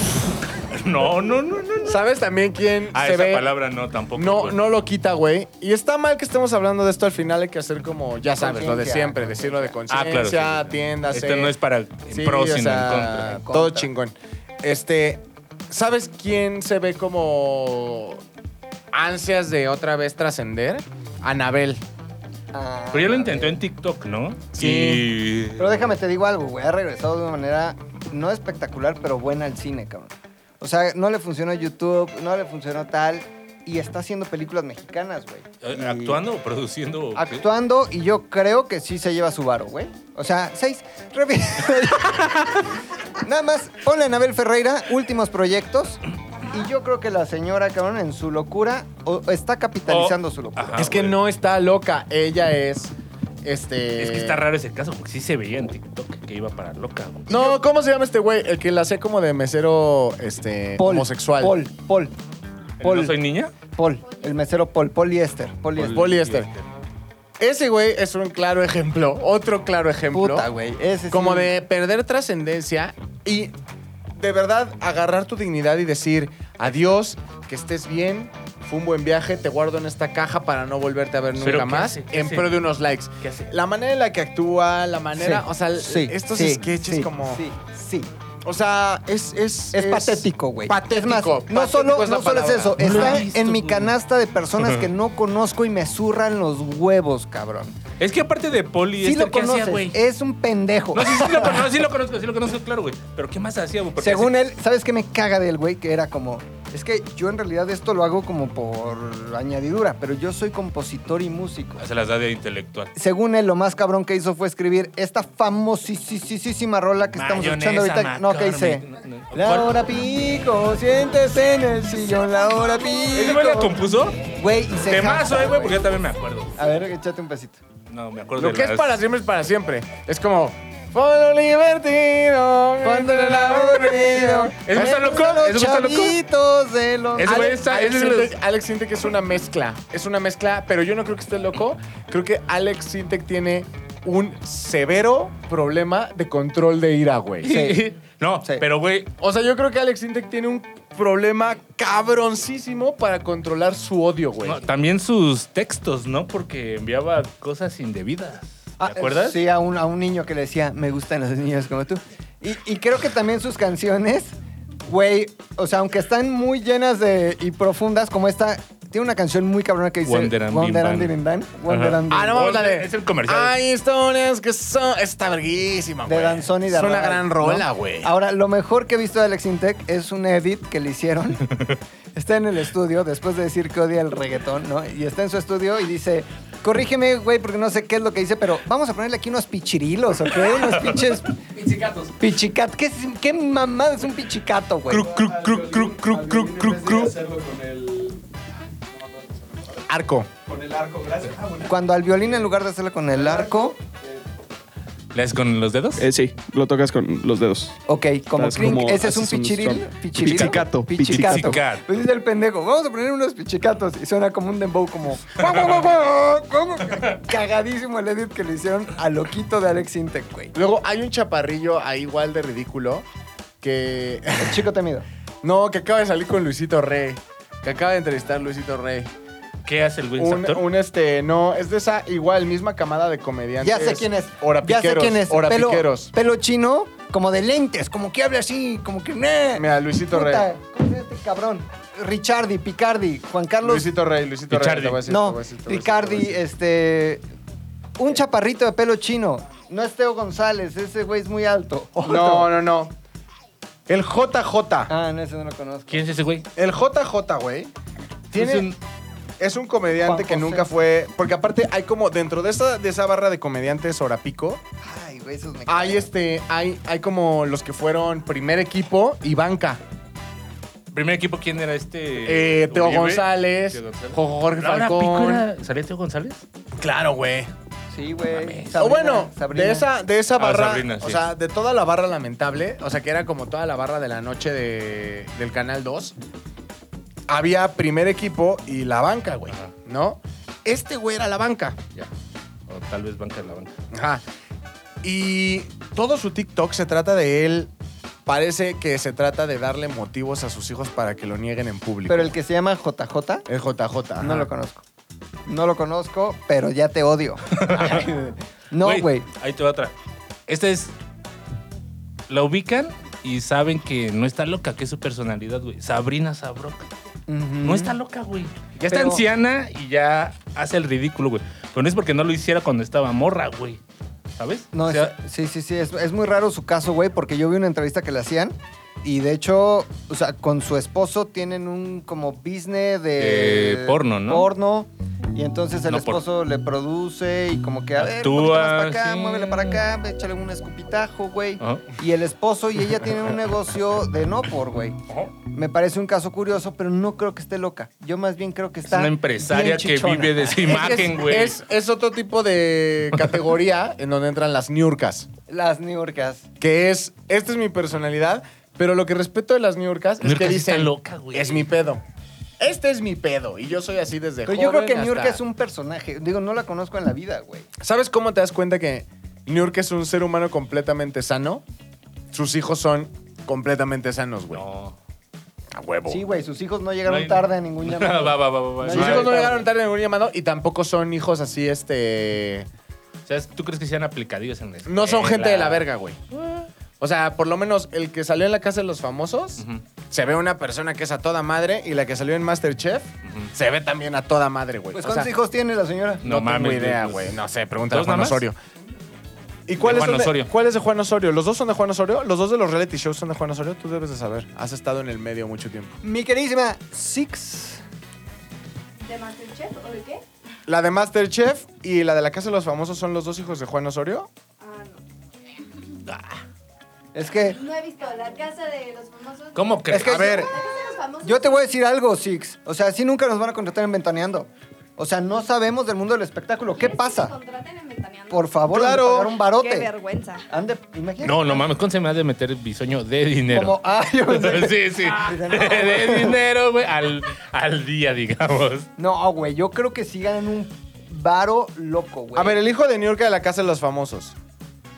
Speaker 3: No, no, no, no. no.
Speaker 2: ¿Sabes también quién
Speaker 3: Ah,
Speaker 2: se
Speaker 3: esa
Speaker 2: ve?
Speaker 3: palabra no tampoco.
Speaker 2: No,
Speaker 3: güey.
Speaker 2: no lo quita, güey. Y está mal que estemos hablando de esto al final. Hay que hacer como, ya sabes, lo de
Speaker 4: Conciencia,
Speaker 2: siempre. Decirlo de
Speaker 3: Ah,
Speaker 2: conciencia,
Speaker 3: claro. sí, sí.
Speaker 2: tiendas. eh.
Speaker 3: Esto no es para en pro, sino en contra.
Speaker 4: contra.
Speaker 2: Todo chingón. Este, ¿sabes quién se ve como ansias de otra vez trascender? Anabel.
Speaker 4: Ah,
Speaker 3: Pero ya lo
Speaker 4: a
Speaker 3: intentó
Speaker 4: ver.
Speaker 3: en TikTok, ¿no?
Speaker 2: Sí.
Speaker 3: Y-
Speaker 4: Pero déjame te digo algo, güey. Ha regresado de una manera no espectacular, pero buena al cine, cabrón. O sea, no le funcionó YouTube, no le funcionó tal. y está haciendo películas mexicanas, güey.
Speaker 3: Eh,
Speaker 4: Y-
Speaker 3: ¿Actuando o produciendo? o qué?
Speaker 4: Actuando y yo creo que sí se lleva su varo, güey. O sea, seis. Revi- Nada más, ponle a Anabel Ferreira, últimos proyectos. Y yo creo que la señora, cabrón, en su locura, o- está capitalizando
Speaker 3: O-
Speaker 4: su locura.
Speaker 3: Oh, Ajá,
Speaker 2: es que
Speaker 3: Ah, güey.
Speaker 2: no está loca. Ella es. Este.
Speaker 3: Es que está raro ese caso, porque sí se veía en TikTok que iba para loca. güey.
Speaker 2: No, ¿cómo se llama este güey? El que la hacía como de mesero este,
Speaker 4: Paul,
Speaker 2: homosexual.
Speaker 4: Paul, Paul, Paul.
Speaker 3: ¿No soy niña?
Speaker 4: Paul, el mesero Paul, poliéster, poliéster.
Speaker 2: Poliéster. Ese güey es un claro ejemplo. Otro claro ejemplo.
Speaker 4: Puta, güey. Ese
Speaker 2: como
Speaker 4: sí.
Speaker 2: de perder trascendencia y de verdad agarrar tu dignidad y decir adiós, que estés bien, fue un buen viaje, te guardo en esta caja para no volverte a ver
Speaker 3: Pero
Speaker 2: nunca
Speaker 3: ¿qué
Speaker 2: más
Speaker 3: hace? ¿Qué
Speaker 2: en
Speaker 3: hace?
Speaker 2: pro de unos likes.
Speaker 3: ¿Qué hace?
Speaker 2: La manera en la que actúa, la manera,
Speaker 4: Sí,
Speaker 2: o sea,
Speaker 4: sí,
Speaker 2: estos
Speaker 4: sí,
Speaker 2: sketches
Speaker 4: sí,
Speaker 2: como
Speaker 4: Sí, sí.
Speaker 2: o sea, es es
Speaker 4: Es, patético, güey.
Speaker 2: Patético.
Speaker 4: Es más, no
Speaker 2: patético
Speaker 4: solo
Speaker 2: es
Speaker 4: es,
Speaker 2: la
Speaker 4: no solo es
Speaker 2: palabra.
Speaker 4: eso.
Speaker 3: No lo
Speaker 4: está
Speaker 3: he visto,
Speaker 4: en mi
Speaker 3: güey.
Speaker 4: canasta de personas que no conozco y me zurran los huevos, cabrón.
Speaker 3: Es que aparte de Poli,
Speaker 4: Sí
Speaker 3: este,
Speaker 4: lo
Speaker 3: ¿qué hacía,
Speaker 4: conoces.
Speaker 3: güey?
Speaker 4: es un pendejo.
Speaker 3: No, sí, sí lo conozco, sí lo conozco, sí lo conozco, claro, güey. Pero ¿qué más hacía, güey? Porque
Speaker 4: Según
Speaker 3: hace-
Speaker 4: él, ¿sabes qué me caga del güey? Que era como. Es que yo en realidad esto lo hago como por añadidura, pero yo soy compositor y músico.
Speaker 3: Ah, Se las da de intelectual.
Speaker 4: Según él, lo más cabrón que hizo fue escribir esta famosísima rola que estamos escuchando
Speaker 3: Mayonesa,
Speaker 4: ahorita. no, que hice.
Speaker 3: McCormick, no, no.
Speaker 4: La
Speaker 3: ¿Cuál?
Speaker 4: hora pico, siéntese en el sillón, la hora
Speaker 3: ¿Ese güey la
Speaker 4: pico.
Speaker 3: compuso?
Speaker 4: Güey, y se
Speaker 3: Temazo,
Speaker 4: jacta,
Speaker 3: eh, güey, porque yo también me acuerdo.
Speaker 4: A ver, échate un pesito.
Speaker 3: No, me acuerdo
Speaker 2: Lo
Speaker 3: de
Speaker 2: que es
Speaker 3: las-
Speaker 2: para siempre es para siempre. Es como. Polo libertino.
Speaker 4: Cuando el aburrido.
Speaker 2: Es un
Speaker 4: gusta
Speaker 2: loco. Es un gusta loco.
Speaker 4: chavitos de los...
Speaker 3: Ese güey
Speaker 2: Alex,
Speaker 3: está-
Speaker 2: Alex
Speaker 3: ese es
Speaker 2: Sintek- Alex Sintek es una mezcla. Es una mezcla, pero yo no creo que esté loco. Creo que Alex Sintek tiene un severo problema de control de ira, güey.
Speaker 4: Sí.
Speaker 3: No,
Speaker 4: Sí.
Speaker 3: pero güey,
Speaker 2: O sea, yo creo que Alex Sintek tiene un problema cabroncísimo para controlar su odio, güey.
Speaker 3: no, también sus textos, ¿no? Porque enviaba cosas indebidas. ¿Te
Speaker 4: Ah,
Speaker 3: acuerdas?
Speaker 4: Sí, a un, a un niño que le decía, me gustan los niños como tú. Y, y creo que también sus canciones, güey, o sea, aunque están muy llenas de y profundas como esta, tiene una canción muy cabrona que dice...
Speaker 3: Wonder and Bim
Speaker 4: Wonder
Speaker 3: Bam".
Speaker 4: and Bim Bam, Wonder
Speaker 3: Ajá.
Speaker 4: and Bim
Speaker 2: Ah, no vamos a
Speaker 3: Oye,
Speaker 2: ver.
Speaker 3: es el comercial.
Speaker 2: Hay historias que son. Está verguísima,
Speaker 4: De
Speaker 2: Ah, güey.
Speaker 4: danzón y de
Speaker 2: Es una
Speaker 4: arrabal,
Speaker 2: gran
Speaker 4: ¿no?
Speaker 2: rola, güey.
Speaker 4: Ahora, lo mejor que he visto de Alex Intec es un edit que le hicieron. está en el estudio, después de decir que odia el reggaetón, ¿no? Y está en su estudio y dice, corrígeme, güey, porque no sé qué es lo que dice, pero vamos a ponerle aquí unos pichirilos, ¿o qué? Unos pinches... Pichicatos. Pichicat. ¿Qué, es- qué mamada es un pichicato, güey?
Speaker 3: Cru, cru, cru, cru, cru, cru, cru, cru.
Speaker 2: Arco.
Speaker 4: Cuando al violín, en lugar de hacerlo con el arco,
Speaker 3: ¿Le haces con los dedos?
Speaker 7: Eh, sí, lo tocas con los dedos.
Speaker 4: ok, como
Speaker 7: Estás
Speaker 4: clink,
Speaker 7: como-
Speaker 4: ese es un
Speaker 7: haces un
Speaker 4: pichiril.
Speaker 7: strum.
Speaker 4: pichirilo.
Speaker 7: Pichicato,
Speaker 4: Pichicato.
Speaker 3: pichicato.
Speaker 4: Pues dice el pendejo, vamos a poner unos pichicatos. Y suena como un dembow, como... Cagadísimo el edit que le hicieron a loquito de Alex Intec, güey.
Speaker 2: Luego hay un chaparrillo ahí igual de ridículo que...
Speaker 4: El chico temido.
Speaker 2: No, que acaba de salir con Luisito Rey. Que acaba de entrevistar Luisito Rey.
Speaker 3: ¿Qué hace el güey
Speaker 2: Un,
Speaker 3: actor?
Speaker 2: un, este, no, es de esa igual misma camada de comediantes.
Speaker 4: Ya sé quién es. Ya
Speaker 2: Orapiqueros.
Speaker 4: sé quién es. Pelo,
Speaker 2: Orapiqueros.
Speaker 4: pelo chino, como de lentes, como que habla así, como que... "Nah".
Speaker 2: Mira, Luisito
Speaker 4: Puta,
Speaker 2: Rey.
Speaker 4: ¿cómo se llama este cabrón? Richardi, Picardi, Juan Carlos.
Speaker 2: Luisito Rey, Luisito
Speaker 3: Pichardi.
Speaker 2: Rey. te voy a decir, te
Speaker 4: no,
Speaker 2: voy a decir, te voy a decir, te voy
Speaker 4: Picardi,
Speaker 2: a decir.
Speaker 4: este. Un chaparrito de pelo chino. No es Teo González, ese güey es muy alto. Otro.
Speaker 2: No, no, no. El JJ.
Speaker 4: Ah, no, ese no lo conozco.
Speaker 3: ¿Quién es ese güey?
Speaker 2: El JJ, güey. Tiene...
Speaker 3: Es un-
Speaker 2: Es un comediante
Speaker 4: Juan
Speaker 2: que
Speaker 4: José.
Speaker 2: nunca fue. Porque aparte hay como dentro de esa, de esa barra de comediantes hora pico,
Speaker 4: Ay, güey, esos me
Speaker 2: hay este. Hay, hay como los que fueron primer equipo y banca.
Speaker 3: Primer equipo, ¿quién era este?
Speaker 2: Eh, Teo
Speaker 3: Uribe?
Speaker 2: González,
Speaker 3: Teo González.
Speaker 2: Jorge
Speaker 3: ¿No era Pico,
Speaker 2: Falcón.
Speaker 3: era- ¿Salía Teo González?
Speaker 2: Claro, güey.
Speaker 4: Sí,
Speaker 3: No
Speaker 4: güey.
Speaker 3: mames.
Speaker 4: Sabrina,
Speaker 2: o bueno,
Speaker 4: Sabrina.
Speaker 2: de esa, de esa
Speaker 3: Ah,
Speaker 2: barra.
Speaker 3: Sabrina,
Speaker 2: O
Speaker 3: sí.
Speaker 2: sea, de toda la barra lamentable. O sea, que era como toda la barra de la noche de- del Canal 2. Había primer equipo y la banca, güey.
Speaker 3: Ajá.
Speaker 2: ¿No? Este güey era la banca.
Speaker 3: Ya. O tal vez Banca de la Banca.
Speaker 2: Ajá. Y todo su TikTok se trata de él. Parece que se trata de darle motivos a sus hijos para que lo nieguen en público.
Speaker 4: Pero el que se llama JJ,
Speaker 2: es JJ. ajá.
Speaker 4: no lo conozco. No lo conozco, pero ya te odio. no, güey.
Speaker 3: Ahí te va otra. Esta es. La ubican y saben que no está loca, que es su personalidad, güey. Sabrina Sabroca. No está loca, güey. Ya está
Speaker 4: Pero-
Speaker 3: anciana y ya hace el ridículo, güey. Pero no es porque no lo hiciera cuando estaba morra, güey. ¿Sabes?
Speaker 4: No,
Speaker 3: O sea,
Speaker 4: es- sí, sí, sí. Es, es muy raro su caso, güey, porque yo vi una entrevista que le hacían Y de hecho, o sea, con su esposo tienen un como business de...
Speaker 3: Eh, porno, ¿no?
Speaker 4: Porno. Y entonces el
Speaker 3: No, por-
Speaker 4: esposo le produce y como que, a ver,
Speaker 3: Actúa,
Speaker 4: poquito más para acá,
Speaker 3: sí. Ah.
Speaker 4: muévele para acá, échale un escupitajo, güey.
Speaker 3: Ajá.
Speaker 4: Y el esposo y ella tienen un negocio de no por, güey. Me parece un caso curioso, pero no creo que esté loca. Yo más bien creo que
Speaker 3: Es
Speaker 4: está.
Speaker 3: una empresaria
Speaker 4: bien
Speaker 3: que
Speaker 4: chichona.
Speaker 3: vive de su imagen, güey.
Speaker 2: Es, es otro tipo de categoría en donde entran las niurcas.
Speaker 4: Las niurcas.
Speaker 2: Que es, esta es mi personalidad, pero lo que respeto de las niurcas es
Speaker 3: Niurcas
Speaker 2: que
Speaker 3: está
Speaker 2: dicen,
Speaker 3: loca, güey.
Speaker 2: es mi pedo. Este es mi pedo y yo soy así desde
Speaker 4: Pero yo creo
Speaker 2: joven
Speaker 4: que
Speaker 2: hasta-
Speaker 4: Niurka es un personaje. Digo, no la conozco en la vida, güey.
Speaker 2: ¿Sabes cómo te das cuenta que Niurka es un ser humano completamente sano? Sus hijos son completamente sanos, güey.
Speaker 3: No.
Speaker 2: A huevo.
Speaker 4: Sí, güey, sus hijos no llegaron
Speaker 3: Oh. No hay-
Speaker 4: tarde a ningún llamado.
Speaker 3: va, va, va, va, va.
Speaker 4: No,
Speaker 2: Sus
Speaker 4: yo
Speaker 3: Va.
Speaker 4: creo
Speaker 2: hijos no
Speaker 4: Ay,
Speaker 2: llegaron tarde en ningún llamado y tampoco son hijos así, este...
Speaker 3: O sea, ¿Tú crees que sean aplicadillos en eso?
Speaker 2: No son gente de la verga, güey. O sea, por lo menos el que salió en la casa de los famosos,
Speaker 3: Ujú.
Speaker 2: se ve una persona que es a toda madre y la que salió en Masterchef, se ve también a toda madre, güey.
Speaker 4: Pues,
Speaker 2: o sea,
Speaker 4: ¿cuántos hijos tiene la señora?
Speaker 3: No
Speaker 2: no,
Speaker 3: mames,
Speaker 2: tengo idea,
Speaker 3: güey, pues,
Speaker 2: güey. No sé, pregúntale a
Speaker 3: ¿dos
Speaker 2: Juan
Speaker 3: nada más?
Speaker 2: Osorio. ¿Y cuál es,
Speaker 3: Juan
Speaker 2: de-
Speaker 3: Osorio.
Speaker 2: cuál es de Juan Osorio? ¿Los dos son de Juan Osorio? ¿Los dos de los reality shows son de Juan Osorio? Tú debes de saber. Has estado en el medio mucho tiempo.
Speaker 4: Mi queridísima Six.
Speaker 6: ¿De Masterchef o de qué?
Speaker 2: La de Masterchef y la de la Casa de los Famosos son los dos hijos de Juan Osorio.
Speaker 6: Ah, no.
Speaker 4: Es que
Speaker 6: No he visto la casa de los famosos.
Speaker 3: ¿Cómo crees?
Speaker 4: Es que-
Speaker 2: a ver,
Speaker 6: La casa de los famosos.
Speaker 4: yo te voy a decir algo, Six. O sea, sí nunca nos van a contratar en Ventaneando. O sea, no sabemos del mundo del espectáculo. ¿Qué
Speaker 6: ¿Quieres que me
Speaker 4: pasa?
Speaker 6: contraten en Ventaneando?
Speaker 4: Por favor, han de
Speaker 2: Claro.
Speaker 4: pagar un
Speaker 5: Qué
Speaker 4: barote.
Speaker 5: vergüenza.
Speaker 4: Han de- imagínate.
Speaker 3: No, no mames, ¿cuánto se me ha de meter bisoño de dinero?
Speaker 4: Como, ah, yo Ah, pensé-
Speaker 3: sí, sí. De dinero, güey, al, al día, digamos.
Speaker 4: No, güey, yo creo que sí ganan un varo loco, güey.
Speaker 2: a ver, el hijo de Niurka de la Casa de los Famosos.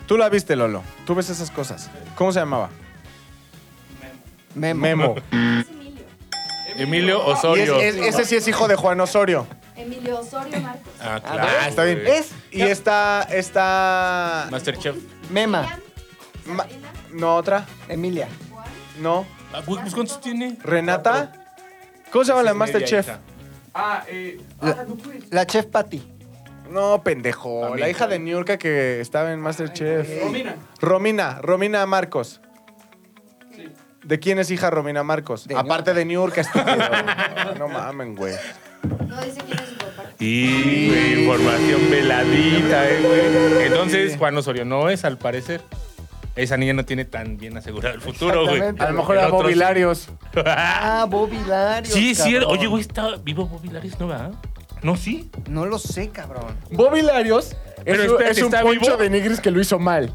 Speaker 2: Tú la viste, Lolo. Tú ves esas cosas. ¿Cómo se llamaba?
Speaker 4: Memo.
Speaker 2: Memo.
Speaker 6: Ah, Es Emilio.
Speaker 3: Emilio
Speaker 2: Y es-
Speaker 3: Osorio.
Speaker 2: es- ese sí es hijo de Juan Osorio.
Speaker 6: Emilio Osorio Marcos.
Speaker 3: Ah,
Speaker 4: Ah,
Speaker 3: claro.
Speaker 2: Ah, está bien.
Speaker 3: güey.
Speaker 4: Es
Speaker 2: Y esta, esta...
Speaker 3: Masterchef.
Speaker 4: Mema,
Speaker 2: Ma-
Speaker 6: Sabrina,
Speaker 2: No, otra.
Speaker 4: Emilia.
Speaker 6: Juan.
Speaker 2: No.
Speaker 3: Ah, güey, pues, ¿Cuántos tiene?
Speaker 2: Renata. ¿Cómo se llama la
Speaker 3: Esa es media
Speaker 2: Masterchef?
Speaker 3: hija.
Speaker 4: La chef Patty.
Speaker 2: No, pendejo.
Speaker 3: También.
Speaker 2: la hija de Niurka que estaba en Masterchef. Romina. Romina, Romina Marcos. ¿De quién es hija Romina Marcos?
Speaker 4: De
Speaker 2: Aparte de Niurka, estúpido. no mamen, güey.
Speaker 6: No dice quién es su papá.
Speaker 3: Y, güey, información veladita, eh, güey. Entonces, Juan Osorio no es, al parecer. Esa niña no tiene tan bien asegurado el futuro, güey.
Speaker 4: Exactamente.
Speaker 2: A lo mejor era
Speaker 3: El otro sí.
Speaker 2: Mobilarios.
Speaker 4: Ah, Bobby Larios,
Speaker 3: Sí, es cierto.
Speaker 4: cabrón.
Speaker 3: Oye, güey, está vivo Bobby Laris, ¿no va? No, sí.
Speaker 4: No lo sé, cabrón.
Speaker 2: Mobilarios es,
Speaker 3: Pero
Speaker 2: un-
Speaker 3: espérate,
Speaker 2: es un
Speaker 3: ¿está
Speaker 2: poncho
Speaker 3: vivo?
Speaker 2: de nigris que lo hizo mal.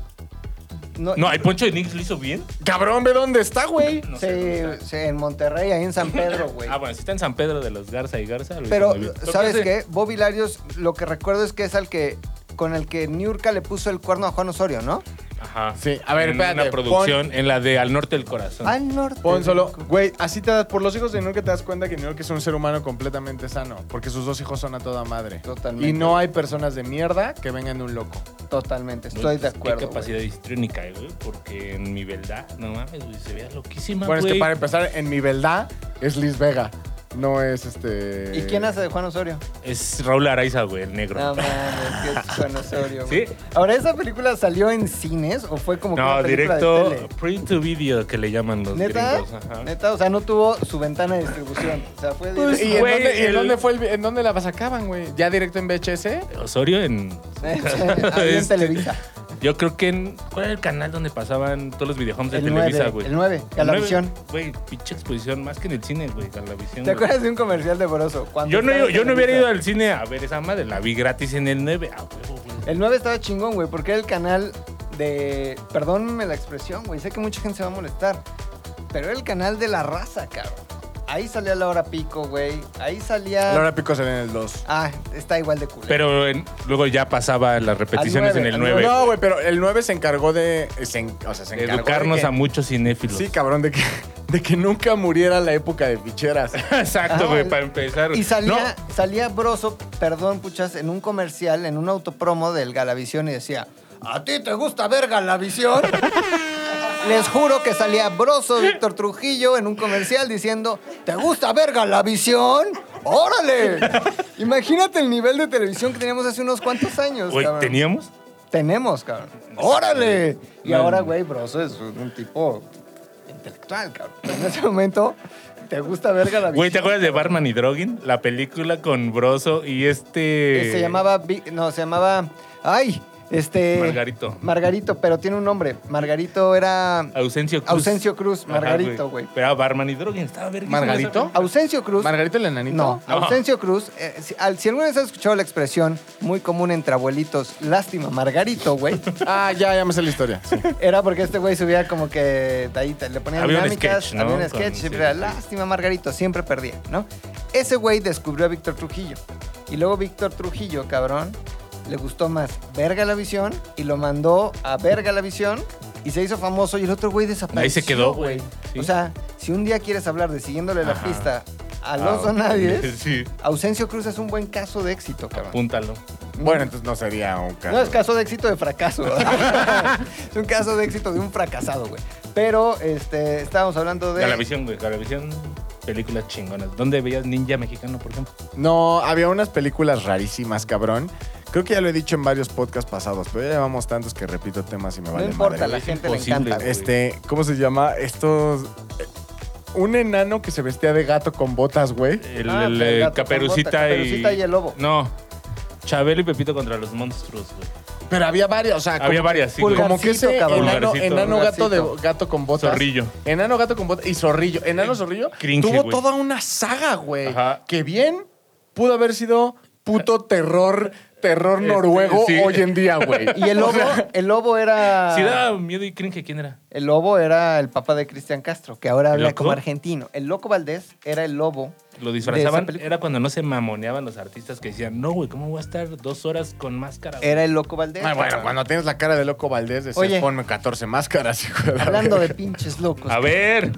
Speaker 3: No, hay Poncho de Nix lo hizo bien.
Speaker 2: Cabrón, ve dónde está, güey.
Speaker 3: No
Speaker 4: sí,
Speaker 3: sé dónde está.
Speaker 4: sí, en Monterrey, ahí en San Pedro, güey.
Speaker 3: Ah, bueno, sí está en San Pedro de los Garza y Garza. lo
Speaker 4: Pero,
Speaker 3: hizo muy bien.
Speaker 4: ¿sabes qué? Bobby Larios, lo que recuerdo es que es al que con el que Niurka le puso el cuerno a Juan Osorio, ¿no?
Speaker 3: Ajá.
Speaker 2: Sí, a ver,
Speaker 3: En una
Speaker 2: espérate,
Speaker 3: producción en la de Al Norte del Corazón.
Speaker 4: Al norte.
Speaker 2: Pon solo, güey, así te das, por los hijos de New York te das cuenta que New York es un ser humano completamente sano, porque sus dos hijos son a toda madre.
Speaker 4: Totalmente.
Speaker 2: Y no hay personas de mierda que vengan de un loco.
Speaker 4: Totalmente,
Speaker 3: Güey,
Speaker 4: estoy de
Speaker 3: pues, Qué
Speaker 4: acuerdo.
Speaker 3: capacidad histriónica, eh, güey. Porque en mi verdad, no mames, güey, se vea loquísima,
Speaker 2: bueno, es que
Speaker 3: güey.
Speaker 2: para empezar, en mi verdad es Liz Vega, no es
Speaker 4: güey.
Speaker 2: este...
Speaker 4: ¿Y quién hace de Juan Osorio?
Speaker 3: Es Raúl Araiza, güey, el negro.
Speaker 4: No mames, que es Juan Osorio.
Speaker 3: ¿Sí?
Speaker 4: güey. Ahora, ¿esa película salió en cines o fue como que
Speaker 3: No,
Speaker 4: una película
Speaker 3: directo
Speaker 4: de tele?
Speaker 3: print to video que le llaman los
Speaker 4: ¿Neta?
Speaker 3: gringos. ajá.
Speaker 4: Neta, o sea, no tuvo su ventana de distribución. O sea, fue
Speaker 3: Pues,
Speaker 2: ¿Y en,
Speaker 4: directo.
Speaker 3: Güey,
Speaker 2: dónde, y en
Speaker 3: el-
Speaker 2: dónde fue el vi- en dónde la sacaban, güey? ¿Ya directo en VHS?
Speaker 3: Osorio en.
Speaker 4: Ahí en
Speaker 3: Este,
Speaker 4: Televisa.
Speaker 3: Yo creo que en. ¿Cuál era el canal donde pasaban todos los videohomes de
Speaker 4: El
Speaker 3: Televisa,
Speaker 4: 9,
Speaker 3: güey?
Speaker 4: el 9, Galavisión.
Speaker 3: El 9, Güey, pinche exposición, más que en el cine, güey, Galavisión.
Speaker 4: ¿Te
Speaker 3: güey.
Speaker 4: acuerdas de un comercial de Boroso? Cuando
Speaker 3: Yo no,
Speaker 4: estaba en
Speaker 3: yo no hubiera
Speaker 4: Televisa.
Speaker 3: ido al cine a ver esa madre, la vi gratis en el 9. Ah, huevo, güey.
Speaker 4: El 9 estaba chingón, güey, porque era el canal de. Perdónenme la expresión, güey. Sé que mucha gente se va a molestar. Pero era el canal de la raza, cabrón. Ahí salía la hora pico, güey. Ahí salía.
Speaker 2: La hora pico se ve en el 2.
Speaker 4: Ah, está igual de culero.
Speaker 3: Pero en- luego ya pasaba las repeticiones
Speaker 4: nueve,
Speaker 3: en
Speaker 4: al
Speaker 3: el 9.
Speaker 2: Ah, No, güey, pero el 9 se encargó de... se en- o sea, se encargó de
Speaker 3: Educarnos
Speaker 2: que-
Speaker 3: a muchos cinéfilos.
Speaker 2: Sí, cabrón, de que, de que nunca muriera la época de ficheras.
Speaker 3: Exacto,
Speaker 4: Ah,
Speaker 3: güey,
Speaker 4: el-
Speaker 3: para empezar.
Speaker 4: Y salía,
Speaker 3: No,
Speaker 4: salía Broso, perdón, puchas, en un comercial, en un autopromo del Galavisión y decía, ¿a ti te gusta ver Galavisión? Les juro que salía Broso, Víctor Trujillo, en un comercial diciendo, ¿te gusta ver Galavisión? ¡Órale! Imagínate el nivel de televisión que teníamos hace unos cuantos años,
Speaker 3: güey,
Speaker 4: cabrón.
Speaker 3: ¿teníamos?
Speaker 4: Tenemos, cabrón. ¡Órale! Y
Speaker 3: No.
Speaker 4: ahora, güey, Broso es un tipo intelectual, cabrón. Pero en ese momento, ¿te gusta verga la
Speaker 3: Güey, ¿te
Speaker 4: bichota?
Speaker 3: acuerdas de Barman y Droguin? La película con Broso y este.
Speaker 4: Eh, se llamaba. Vi- No, se llamaba. ¡Ay! Este.
Speaker 3: Margarito.
Speaker 4: Margarito, pero tiene un nombre. Margarito era.
Speaker 3: Ausencio Cruz.
Speaker 4: Ausencio Cruz,
Speaker 3: Ajá,
Speaker 4: Margarito, güey.
Speaker 3: Pero era Barman y Droguin, estaba verga.
Speaker 2: ¿Margarito?
Speaker 4: Ausencio Cruz.
Speaker 2: ¿Margarito el enanito?
Speaker 4: No,
Speaker 3: No.
Speaker 4: Ausencio Cruz. eh, si, al- si alguna vez has escuchado la expresión muy común entre abuelitos, lástima, Margarito, güey,
Speaker 2: Ah, ya, ya me sé la historia. sí.
Speaker 4: era porque este güey subía como que de ahí te- le ponían
Speaker 3: Había un
Speaker 4: dinámicas,
Speaker 3: sketch, ¿no?
Speaker 4: había un
Speaker 3: Con-
Speaker 4: sketch,
Speaker 3: sí,
Speaker 4: siempre era,
Speaker 3: sí.
Speaker 4: lástima, Margarito, siempre perdía, ¿no? Ese güey descubrió a Víctor Trujillo. Y luego Víctor Trujillo, cabrón, le gustó más Verga la Visión y lo mandó a Verga la Visión y se hizo famoso y el otro güey desapareció.
Speaker 3: Ahí se quedó, güey. Sí.
Speaker 4: O sea, si un día quieres hablar de siguiéndole la
Speaker 3: Ajá.
Speaker 4: pista a
Speaker 3: Ah,
Speaker 4: los donadies,
Speaker 3: Sí,
Speaker 4: Ausencio Cruz es un buen caso de éxito, cabrón.
Speaker 3: apúntalo.
Speaker 2: Bueno, entonces no sería un caso.
Speaker 4: No es caso de éxito de fracaso. es un caso de éxito de un fracasado, güey. Pero este, estábamos hablando de.
Speaker 3: Galavisión, güey. Galavisión, películas chingonas. ¿Dónde veías Ninja Mexicano, por
Speaker 4: Ah,
Speaker 3: ejemplo?
Speaker 2: No, había unas películas rarísimas, cabrón. Creo que ya lo he dicho en varios podcasts pasados, pero ya llevamos tantos que repito temas y me
Speaker 4: No
Speaker 2: vale
Speaker 4: importa,
Speaker 2: madre.
Speaker 4: la
Speaker 3: es
Speaker 4: gente le
Speaker 3: imposible,
Speaker 4: encanta.
Speaker 3: güey.
Speaker 4: güey.
Speaker 2: Este, ¿cómo se llama? Estos. eh, Un enano que se vestía de gato con botas, güey.
Speaker 3: El,
Speaker 4: Ah,
Speaker 3: el,
Speaker 4: pero el
Speaker 3: eh,
Speaker 4: gato con
Speaker 3: Caperucita,
Speaker 4: bota,
Speaker 3: y...
Speaker 4: Caperucita y el lobo.
Speaker 3: No. Chabelo y Pepito contra los monstruos, güey.
Speaker 2: Pero había varias, o sea,
Speaker 3: Había
Speaker 2: como,
Speaker 3: varias, sí, güey.
Speaker 2: como que ese
Speaker 4: Pulgarcito, cabrón.
Speaker 2: enano,
Speaker 3: Pulgarcito.
Speaker 2: enano gato de
Speaker 4: Pulgarcito.
Speaker 2: gato con botas.
Speaker 3: Zorrillo.
Speaker 2: Enano gato con botas y zorrillo. Enano
Speaker 3: Eh,
Speaker 2: zorrillo
Speaker 3: cringe,
Speaker 2: tuvo
Speaker 3: güey.
Speaker 2: toda una saga, güey.
Speaker 3: Ajá.
Speaker 2: Que bien pudo haber sido puto terror, terror
Speaker 3: Este,
Speaker 2: noruego
Speaker 3: sí.
Speaker 2: hoy en día, güey.
Speaker 4: Y el lobo, el lobo era.
Speaker 3: Sí, da miedo y cringe. ¿Quién era?
Speaker 4: El lobo era el papá de Cristian Castro, que ahora
Speaker 3: ¿El
Speaker 4: habla
Speaker 3: loco?
Speaker 4: como argentino. El loco Valdés era el lobo.
Speaker 3: Lo
Speaker 4: de esa
Speaker 3: disfrazaban.
Speaker 4: película.
Speaker 3: Era cuando no se mamoneaban los artistas que decían, no, güey, ¿cómo voy a estar dos horas con máscara? güey?"
Speaker 4: Era el loco Valdés.
Speaker 3: Ah,
Speaker 2: Ay, Ah, bueno, cuando tienes la cara de loco Valdés, decías,
Speaker 4: Oye.
Speaker 2: ponme 14 máscaras, hijo de la
Speaker 4: Hablando de
Speaker 2: verga".
Speaker 4: pinches locos.
Speaker 3: A ver.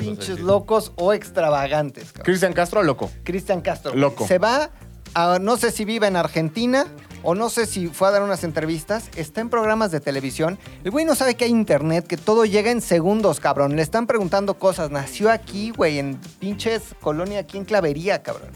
Speaker 4: Pinches locos o extravagantes, cabrón.
Speaker 2: Cristian Castro, loco.
Speaker 4: Cristian Castro.
Speaker 2: Loco.
Speaker 4: Se va, a, no sé si vive en Argentina o no sé si fue a dar unas entrevistas, está en programas de televisión. El güey no sabe que hay internet, que todo llega en segundos, cabrón. Le están preguntando cosas. Nació aquí, güey, en pinches colonia aquí en Clavería, cabrón.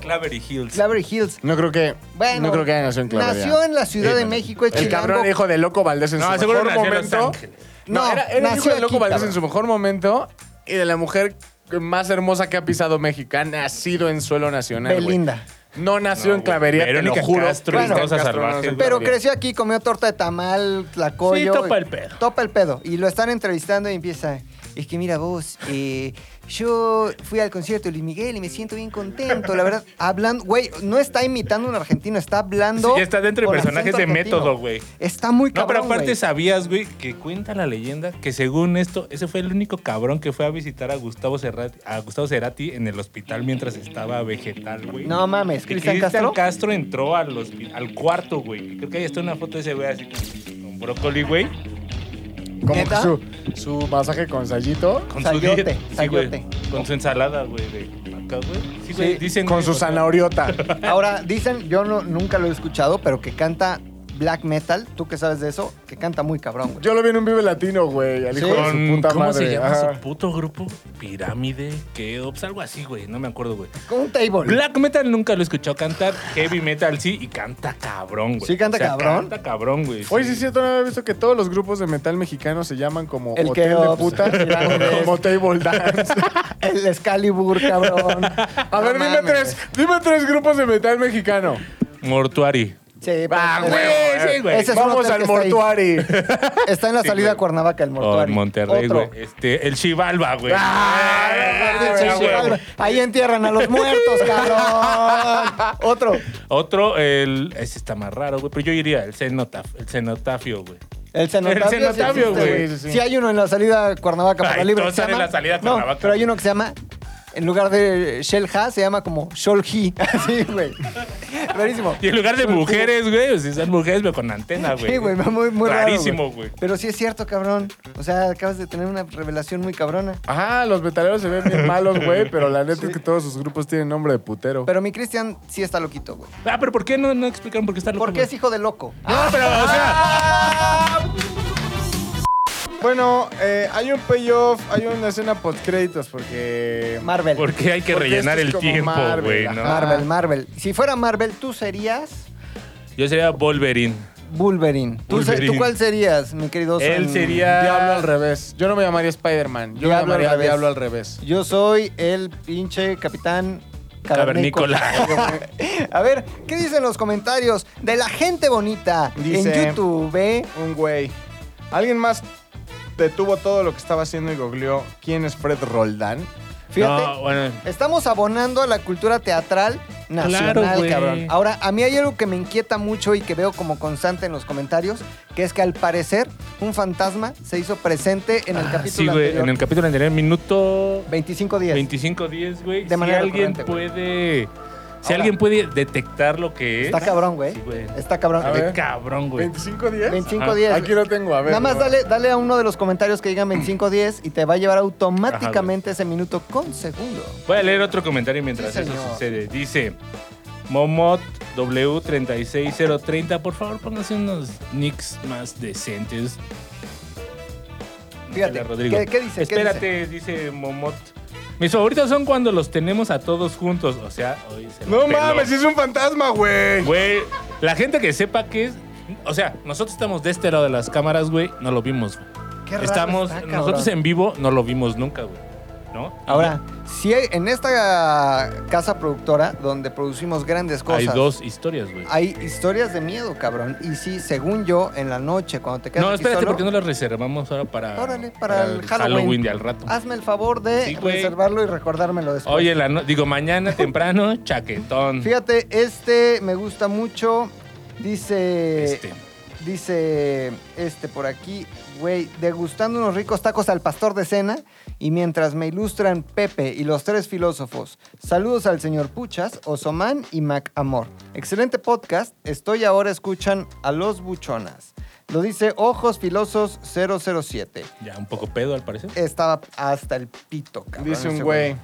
Speaker 3: Clavery Hills.
Speaker 4: Clavery Hills.
Speaker 2: No creo que.
Speaker 4: Bueno,
Speaker 2: no creo que haya nacido en Clavería.
Speaker 4: nació en la Ciudad
Speaker 2: Sí,
Speaker 4: de
Speaker 2: no, no.
Speaker 4: México, es
Speaker 2: El
Speaker 4: chilango.
Speaker 2: cabrón hijo de loco Valdés en
Speaker 3: No,
Speaker 2: su
Speaker 3: seguro
Speaker 2: mejor
Speaker 3: nació en Los
Speaker 2: momento.
Speaker 3: Ángeles.
Speaker 2: No,
Speaker 4: No,
Speaker 2: era, era el hijo
Speaker 4: nació
Speaker 2: de loco
Speaker 4: aquí,
Speaker 2: Valdés
Speaker 4: cabrón.
Speaker 2: en su mejor momento y de la mujer más hermosa que ha pisado México. Ha nacido en suelo nacional. güey.
Speaker 4: Belinda.
Speaker 2: No nació
Speaker 3: No,
Speaker 2: en
Speaker 3: güey.
Speaker 2: Clavería, te lo
Speaker 3: Verónica
Speaker 2: juro.
Speaker 3: Castro,
Speaker 2: Cristian
Speaker 3: Rosa
Speaker 2: Castro,
Speaker 3: Salvaje,
Speaker 2: nació en
Speaker 4: Pero
Speaker 2: Clavería.
Speaker 4: creció aquí, comió torta de tamal, tlacoyo.
Speaker 3: Sí, topa
Speaker 4: y-
Speaker 3: el pedo.
Speaker 4: Topa el pedo. Y lo están entrevistando y empieza... Es que mira vos, eh, yo fui al concierto de Luis Miguel y me siento bien contento, la verdad. Hablando, güey, no está imitando a un argentino, está hablando...
Speaker 3: Sí, ya está dentro de
Speaker 4: con
Speaker 3: personajes de
Speaker 4: acento argentino.
Speaker 3: método, güey.
Speaker 4: Está muy
Speaker 3: No,
Speaker 4: cabrón,
Speaker 3: pero aparte
Speaker 4: güey.
Speaker 3: sabías, güey, que cuenta la leyenda que según esto, ese fue el único cabrón que fue a visitar a Gustavo Cerati, a Gustavo Cerati en el hospital mientras estaba vegetal, güey.
Speaker 4: No mames,
Speaker 3: Que
Speaker 4: ¿Cristian Castro?
Speaker 3: entró al, hospi- al cuarto, güey. Creo que ahí está una foto de ese güey así con brócoli, güey.
Speaker 2: Como
Speaker 4: ¿Neta?
Speaker 2: que su, su masaje con Sayito.
Speaker 3: Con
Speaker 4: Sayote,
Speaker 3: dieta. Sí, güey.
Speaker 4: sayote.
Speaker 3: Con su ensalada, güey, de acá, güey. Sí, güey. Dicen
Speaker 2: Con
Speaker 3: que-
Speaker 2: su
Speaker 3: o sea,
Speaker 2: zanahoriota.
Speaker 4: Ahora, dicen, yo no, nunca lo he escuchado, pero que canta black metal, tú que sabes de eso, que canta muy cabrón, güey.
Speaker 2: Yo lo vi en un Vive Latino, güey. Al hijo
Speaker 4: Sí.
Speaker 2: de
Speaker 3: Con,
Speaker 2: su puta
Speaker 3: ¿Cómo
Speaker 2: madre.
Speaker 3: se llama
Speaker 2: Ajá.
Speaker 3: su puto grupo? Pirámide, Keops, algo así, güey. No me acuerdo, güey.
Speaker 4: Con un table.
Speaker 3: Black metal nunca lo he escuchado cantar, heavy metal sí, y canta cabrón, güey.
Speaker 4: ¿Sí canta cabrón?
Speaker 3: Canta cabrón, güey.
Speaker 2: Oye, sí es cierto, no había visto que todos los grupos de metal mexicano se llaman como
Speaker 4: El Este.
Speaker 2: Hotel de
Speaker 4: Keops,
Speaker 2: Putas,
Speaker 4: Pirámides.
Speaker 2: como Table Dance.
Speaker 4: El Excalibur, cabrón.
Speaker 2: A ver, dime tres, dime tres grupos de metal mexicano.
Speaker 3: Mortuary.
Speaker 4: Sí,
Speaker 2: Ah,
Speaker 4: pues,
Speaker 2: güey,
Speaker 4: ese-
Speaker 3: sí, güey.
Speaker 4: ese es un
Speaker 2: Vamos
Speaker 4: hotel que
Speaker 2: al
Speaker 4: está ahí.
Speaker 2: mortuari.
Speaker 4: Está en la
Speaker 3: Sí,
Speaker 4: salida
Speaker 3: güey.
Speaker 4: a Cuernavaca, el
Speaker 3: O
Speaker 4: mortuario.
Speaker 3: Oh, Monterrey,
Speaker 4: Otro.
Speaker 3: güey. Este, el Chivalba, güey.
Speaker 2: Ah,
Speaker 3: Ah,
Speaker 2: no,
Speaker 3: güey,
Speaker 2: no,
Speaker 3: güey.
Speaker 2: no, no, no.
Speaker 4: Ahí entierran a los muertos, cabrón. Otro.
Speaker 3: Otro, el. Ese está más raro, güey. Pero yo iría el Cenotaf, el Cenotafio, güey.
Speaker 4: El cenotafio. sí
Speaker 3: cenotafio,
Speaker 4: existe,
Speaker 3: güey.
Speaker 2: Sí, sí, sí.
Speaker 4: Sí, hay uno en la salida a Cuernavaca para
Speaker 3: Ay,
Speaker 4: libre.
Speaker 3: todos
Speaker 4: que se
Speaker 3: salen
Speaker 4: llama-
Speaker 3: en la salida a
Speaker 4: No,
Speaker 3: Cuernavaca.
Speaker 4: pero hay uno que se llama. En lugar de Shell Ha, se llama como Shol He. Así, güey. Rarísimo.
Speaker 3: Y en lugar de
Speaker 4: Shol He.
Speaker 3: mujeres, güey, si son mujeres, pero con antena, güey.
Speaker 4: Sí, güey, muy, muy raro,
Speaker 3: Rarísimo, güey.
Speaker 4: Pero sí es cierto, cabrón. O sea, acabas de tener una revelación muy cabrona.
Speaker 2: Ajá, los metaleros se ven bien malos, güey, pero la neta es que todos sus grupos tienen nombre de putero.
Speaker 4: Pero mi Cristian sí está loquito, güey.
Speaker 3: Ah, pero ¿por qué no, no explicaron por qué está loco?
Speaker 4: Porque
Speaker 3: güey?
Speaker 4: es hijo de loco.
Speaker 3: No, pero, o
Speaker 4: Ah.
Speaker 3: sea.
Speaker 2: Bueno, eh, hay un payoff, hay una escena post créditos porque...
Speaker 4: Marvel.
Speaker 3: ¿Por qué hay que
Speaker 2: Porque esto
Speaker 3: rellenar
Speaker 2: es
Speaker 3: el
Speaker 2: como
Speaker 3: tiempo,
Speaker 2: Marvel,
Speaker 3: güey?
Speaker 2: ajá.
Speaker 3: ¿no? Ah.
Speaker 4: Marvel, Marvel. Si fuera Marvel, tú serías
Speaker 3: Yo sería Wolverine.
Speaker 4: Wolverine. ¿Tú, se-
Speaker 3: Wolverine.
Speaker 4: ¿Tú cuál serías, mi querido? Oso,
Speaker 3: Él
Speaker 4: en-
Speaker 3: sería-
Speaker 2: Diablo al revés. Yo no me llamaría Spider-Man. Yo me
Speaker 4: Diablo al
Speaker 2: llamaría
Speaker 4: revés.
Speaker 2: Diablo al revés.
Speaker 4: Yo soy el pinche capitán
Speaker 3: Cavernícola.
Speaker 4: A ver, ¿qué dicen los comentarios de la gente bonita
Speaker 2: Dice-
Speaker 4: en YouTube? eh?
Speaker 2: Un güey. Alguien más detuvo todo lo que estaba haciendo y googleó quién es Fred Roldán.
Speaker 4: Fíjate.
Speaker 3: No, bueno.
Speaker 4: Estamos abonando a la cultura teatral nacional,
Speaker 3: Claro, güey.
Speaker 4: cabrón. Ahora, a mí hay algo que me inquieta mucho y que veo como constante en los comentarios, que es que al parecer un fantasma se hizo presente en
Speaker 3: Ah,
Speaker 4: el
Speaker 3: Sí,
Speaker 4: capítulo
Speaker 3: güey,
Speaker 4: anterior.
Speaker 3: en el capítulo anterior, minuto
Speaker 4: 25 días.
Speaker 3: 25-10, güey.
Speaker 4: De
Speaker 3: Si
Speaker 4: manera
Speaker 3: alguien
Speaker 4: recurrente, güey.
Speaker 3: puede... Si
Speaker 4: Ahora.
Speaker 3: alguien puede detectar lo que es...
Speaker 4: Está cabrón, güey.
Speaker 3: Sí, güey.
Speaker 4: Está cabrón.
Speaker 3: A
Speaker 2: ver.
Speaker 3: ver, cabrón, güey.
Speaker 2: 25 días.
Speaker 4: 25
Speaker 3: Ajá.
Speaker 4: días.
Speaker 2: Aquí lo tengo, a ver.
Speaker 4: Nada más
Speaker 2: ¿no?
Speaker 4: dale, dale a uno de los comentarios que digan 25 10 y te va a llevar automáticamente ese minuto con segundo.
Speaker 3: Voy a leer otro comentario mientras
Speaker 4: Sí,
Speaker 3: eso
Speaker 4: señor.
Speaker 3: sucede. Dice Momot W36030, por favor, pónganse unos nicks más decentes.
Speaker 4: Fíjate,
Speaker 3: Hola,
Speaker 4: ¿qué- qué dice? ¿Qué
Speaker 3: Espérate, dice? Momot. Mis favoritos son cuando los tenemos a todos juntos, o sea, hoy se la
Speaker 2: No
Speaker 3: peló.
Speaker 2: mames, es un fantasma, güey.
Speaker 3: Güey, la gente que sepa que es o sea, nosotros estamos de este lado de las cámaras, güey, no lo vimos. güey.
Speaker 4: Qué raro
Speaker 3: Estamos
Speaker 4: está, cabrón.
Speaker 3: nosotros en vivo no lo vimos nunca, güey. ¿No?
Speaker 4: Ahora, si hay- en esta casa productora donde producimos grandes cosas,
Speaker 3: hay dos historias, güey.
Speaker 4: hay historias de miedo, cabrón. Y sí, según yo, en la noche, cuando te quedas
Speaker 3: No,
Speaker 4: aquí
Speaker 3: espérate,
Speaker 4: solo,
Speaker 3: ¿por qué no las reservamos ahora para,
Speaker 4: Órale, para el Halloween. Ah,
Speaker 3: de al rato?
Speaker 4: hazme el favor de
Speaker 3: Sí, güey.
Speaker 4: reservarlo y recordármelo después.
Speaker 3: Oye, la no- digo, mañana temprano, chaquetón.
Speaker 4: Fíjate, este me gusta mucho. Dice.
Speaker 3: Este.
Speaker 4: Dice este por aquí, güey, degustando unos ricos tacos al pastor de cena y mientras me ilustran Pepe y los tres filósofos, saludos al señor Puchas, Osomán y Mac Amor. Excelente podcast, estoy ahora escuchan a los buchonas. Lo dice Ojos Filosos 007.
Speaker 3: Ya un poco pedo, al parecer.
Speaker 4: Estaba hasta el pito, cabrón.
Speaker 2: Dice un
Speaker 4: ese
Speaker 2: güey.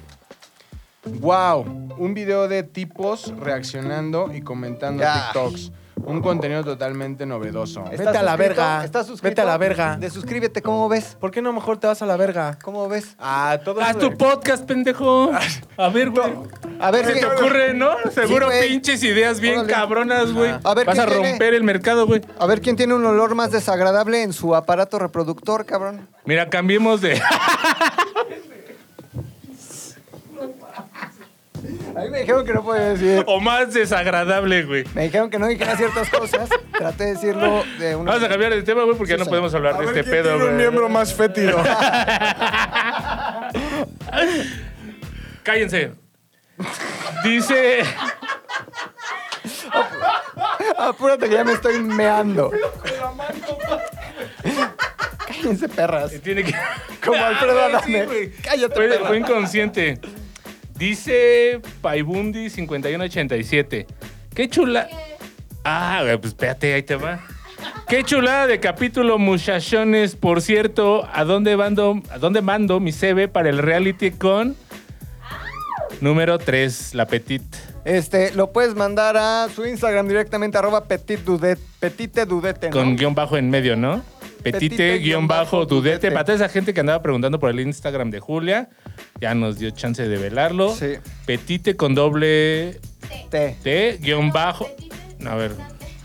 Speaker 2: Wow, un video de tipos reaccionando y comentando
Speaker 4: Ya.
Speaker 2: TikToks. Un contenido totalmente novedoso.
Speaker 4: ¿Estás suscrito? ¿Estás suscrito?
Speaker 2: Vete a la verga.
Speaker 4: De suscríbete, ¿cómo ves?
Speaker 2: ¿Por qué no mejor te vas a la verga?
Speaker 4: ¿Cómo ves?
Speaker 2: Ah, todo
Speaker 3: Haz tu podcast, pendejo.
Speaker 4: Ah,
Speaker 3: A ver, güey.
Speaker 4: A ver,
Speaker 3: ¿Qué
Speaker 4: ¿qué-
Speaker 3: te ocurre, no? Seguro
Speaker 4: güey.
Speaker 3: pinches ideas bien
Speaker 4: Órale. Ah.
Speaker 3: cabronas, güey.
Speaker 4: A ver,
Speaker 3: Vas
Speaker 4: ¿qué
Speaker 3: a
Speaker 4: tiene?
Speaker 3: romper el mercado, güey.
Speaker 4: A ver quién tiene un olor más desagradable en su aparato reproductor, cabrón.
Speaker 3: Mira, cambiemos de.
Speaker 4: A mí me dijeron que no podía decir.
Speaker 3: o más desagradable, güey.
Speaker 4: Me dijeron que no dijera ciertas cosas. Traté de decirlo de una.
Speaker 3: Vamos a cambiar de tema, güey, porque ya no
Speaker 4: señor.
Speaker 3: podemos hablar de este pedo,
Speaker 2: tiene
Speaker 3: güey.
Speaker 2: un miembro más fétido.
Speaker 3: Cállense. Dice.
Speaker 4: Apúrate que ya me estoy meando. Cállense, perras.
Speaker 3: Tiene que.
Speaker 4: Como Alfredo
Speaker 3: Ah, sí,
Speaker 4: Adame.
Speaker 3: güey.
Speaker 4: Cállate,
Speaker 3: Fue,
Speaker 4: perra.
Speaker 3: fue inconsciente. Dice Paibundi 5187. Qué chula. Ah, güey, pues espérate, ahí te va. Qué chulada de capítulo, muchachones. Por cierto, ¿a dónde mando, a dónde mando mi CV para el reality con? Número 3, la Petit.
Speaker 4: Este, lo puedes mandar a su Instagram directamente, arroba petit dudet, petite dudete, ¿no?
Speaker 3: Con guión bajo en medio, ¿no? Petite, guión bajo, dudete. Para toda esa gente que andaba preguntando por el Instagram de Julia, ya nos dio chance de velarlo.
Speaker 4: Sí.
Speaker 3: Petite con doble
Speaker 4: T.
Speaker 3: T, guión bajo. A ver.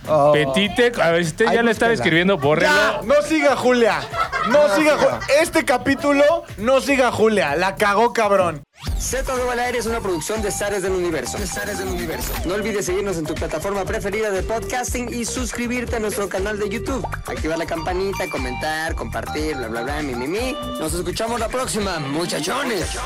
Speaker 4: Oh.
Speaker 3: Petite, a ver, si usted
Speaker 4: Ahí
Speaker 3: ya le estaba
Speaker 4: búsquela.
Speaker 3: escribiendo,
Speaker 2: Ya,
Speaker 3: bórrelo.
Speaker 2: no siga Julia. No siga Julia. Este capítulo, no siga Julia. La cagó, cabrón.
Speaker 1: Z2 al aire es una producción de Zares del Universo. De Zares del Universo. No olvides seguirnos en tu plataforma preferida de podcasting y suscribirte a nuestro canal de YouTube. Activar la campanita, comentar, compartir, bla, bla, bla, mi, mi, mi. Nos escuchamos la próxima, muchachones.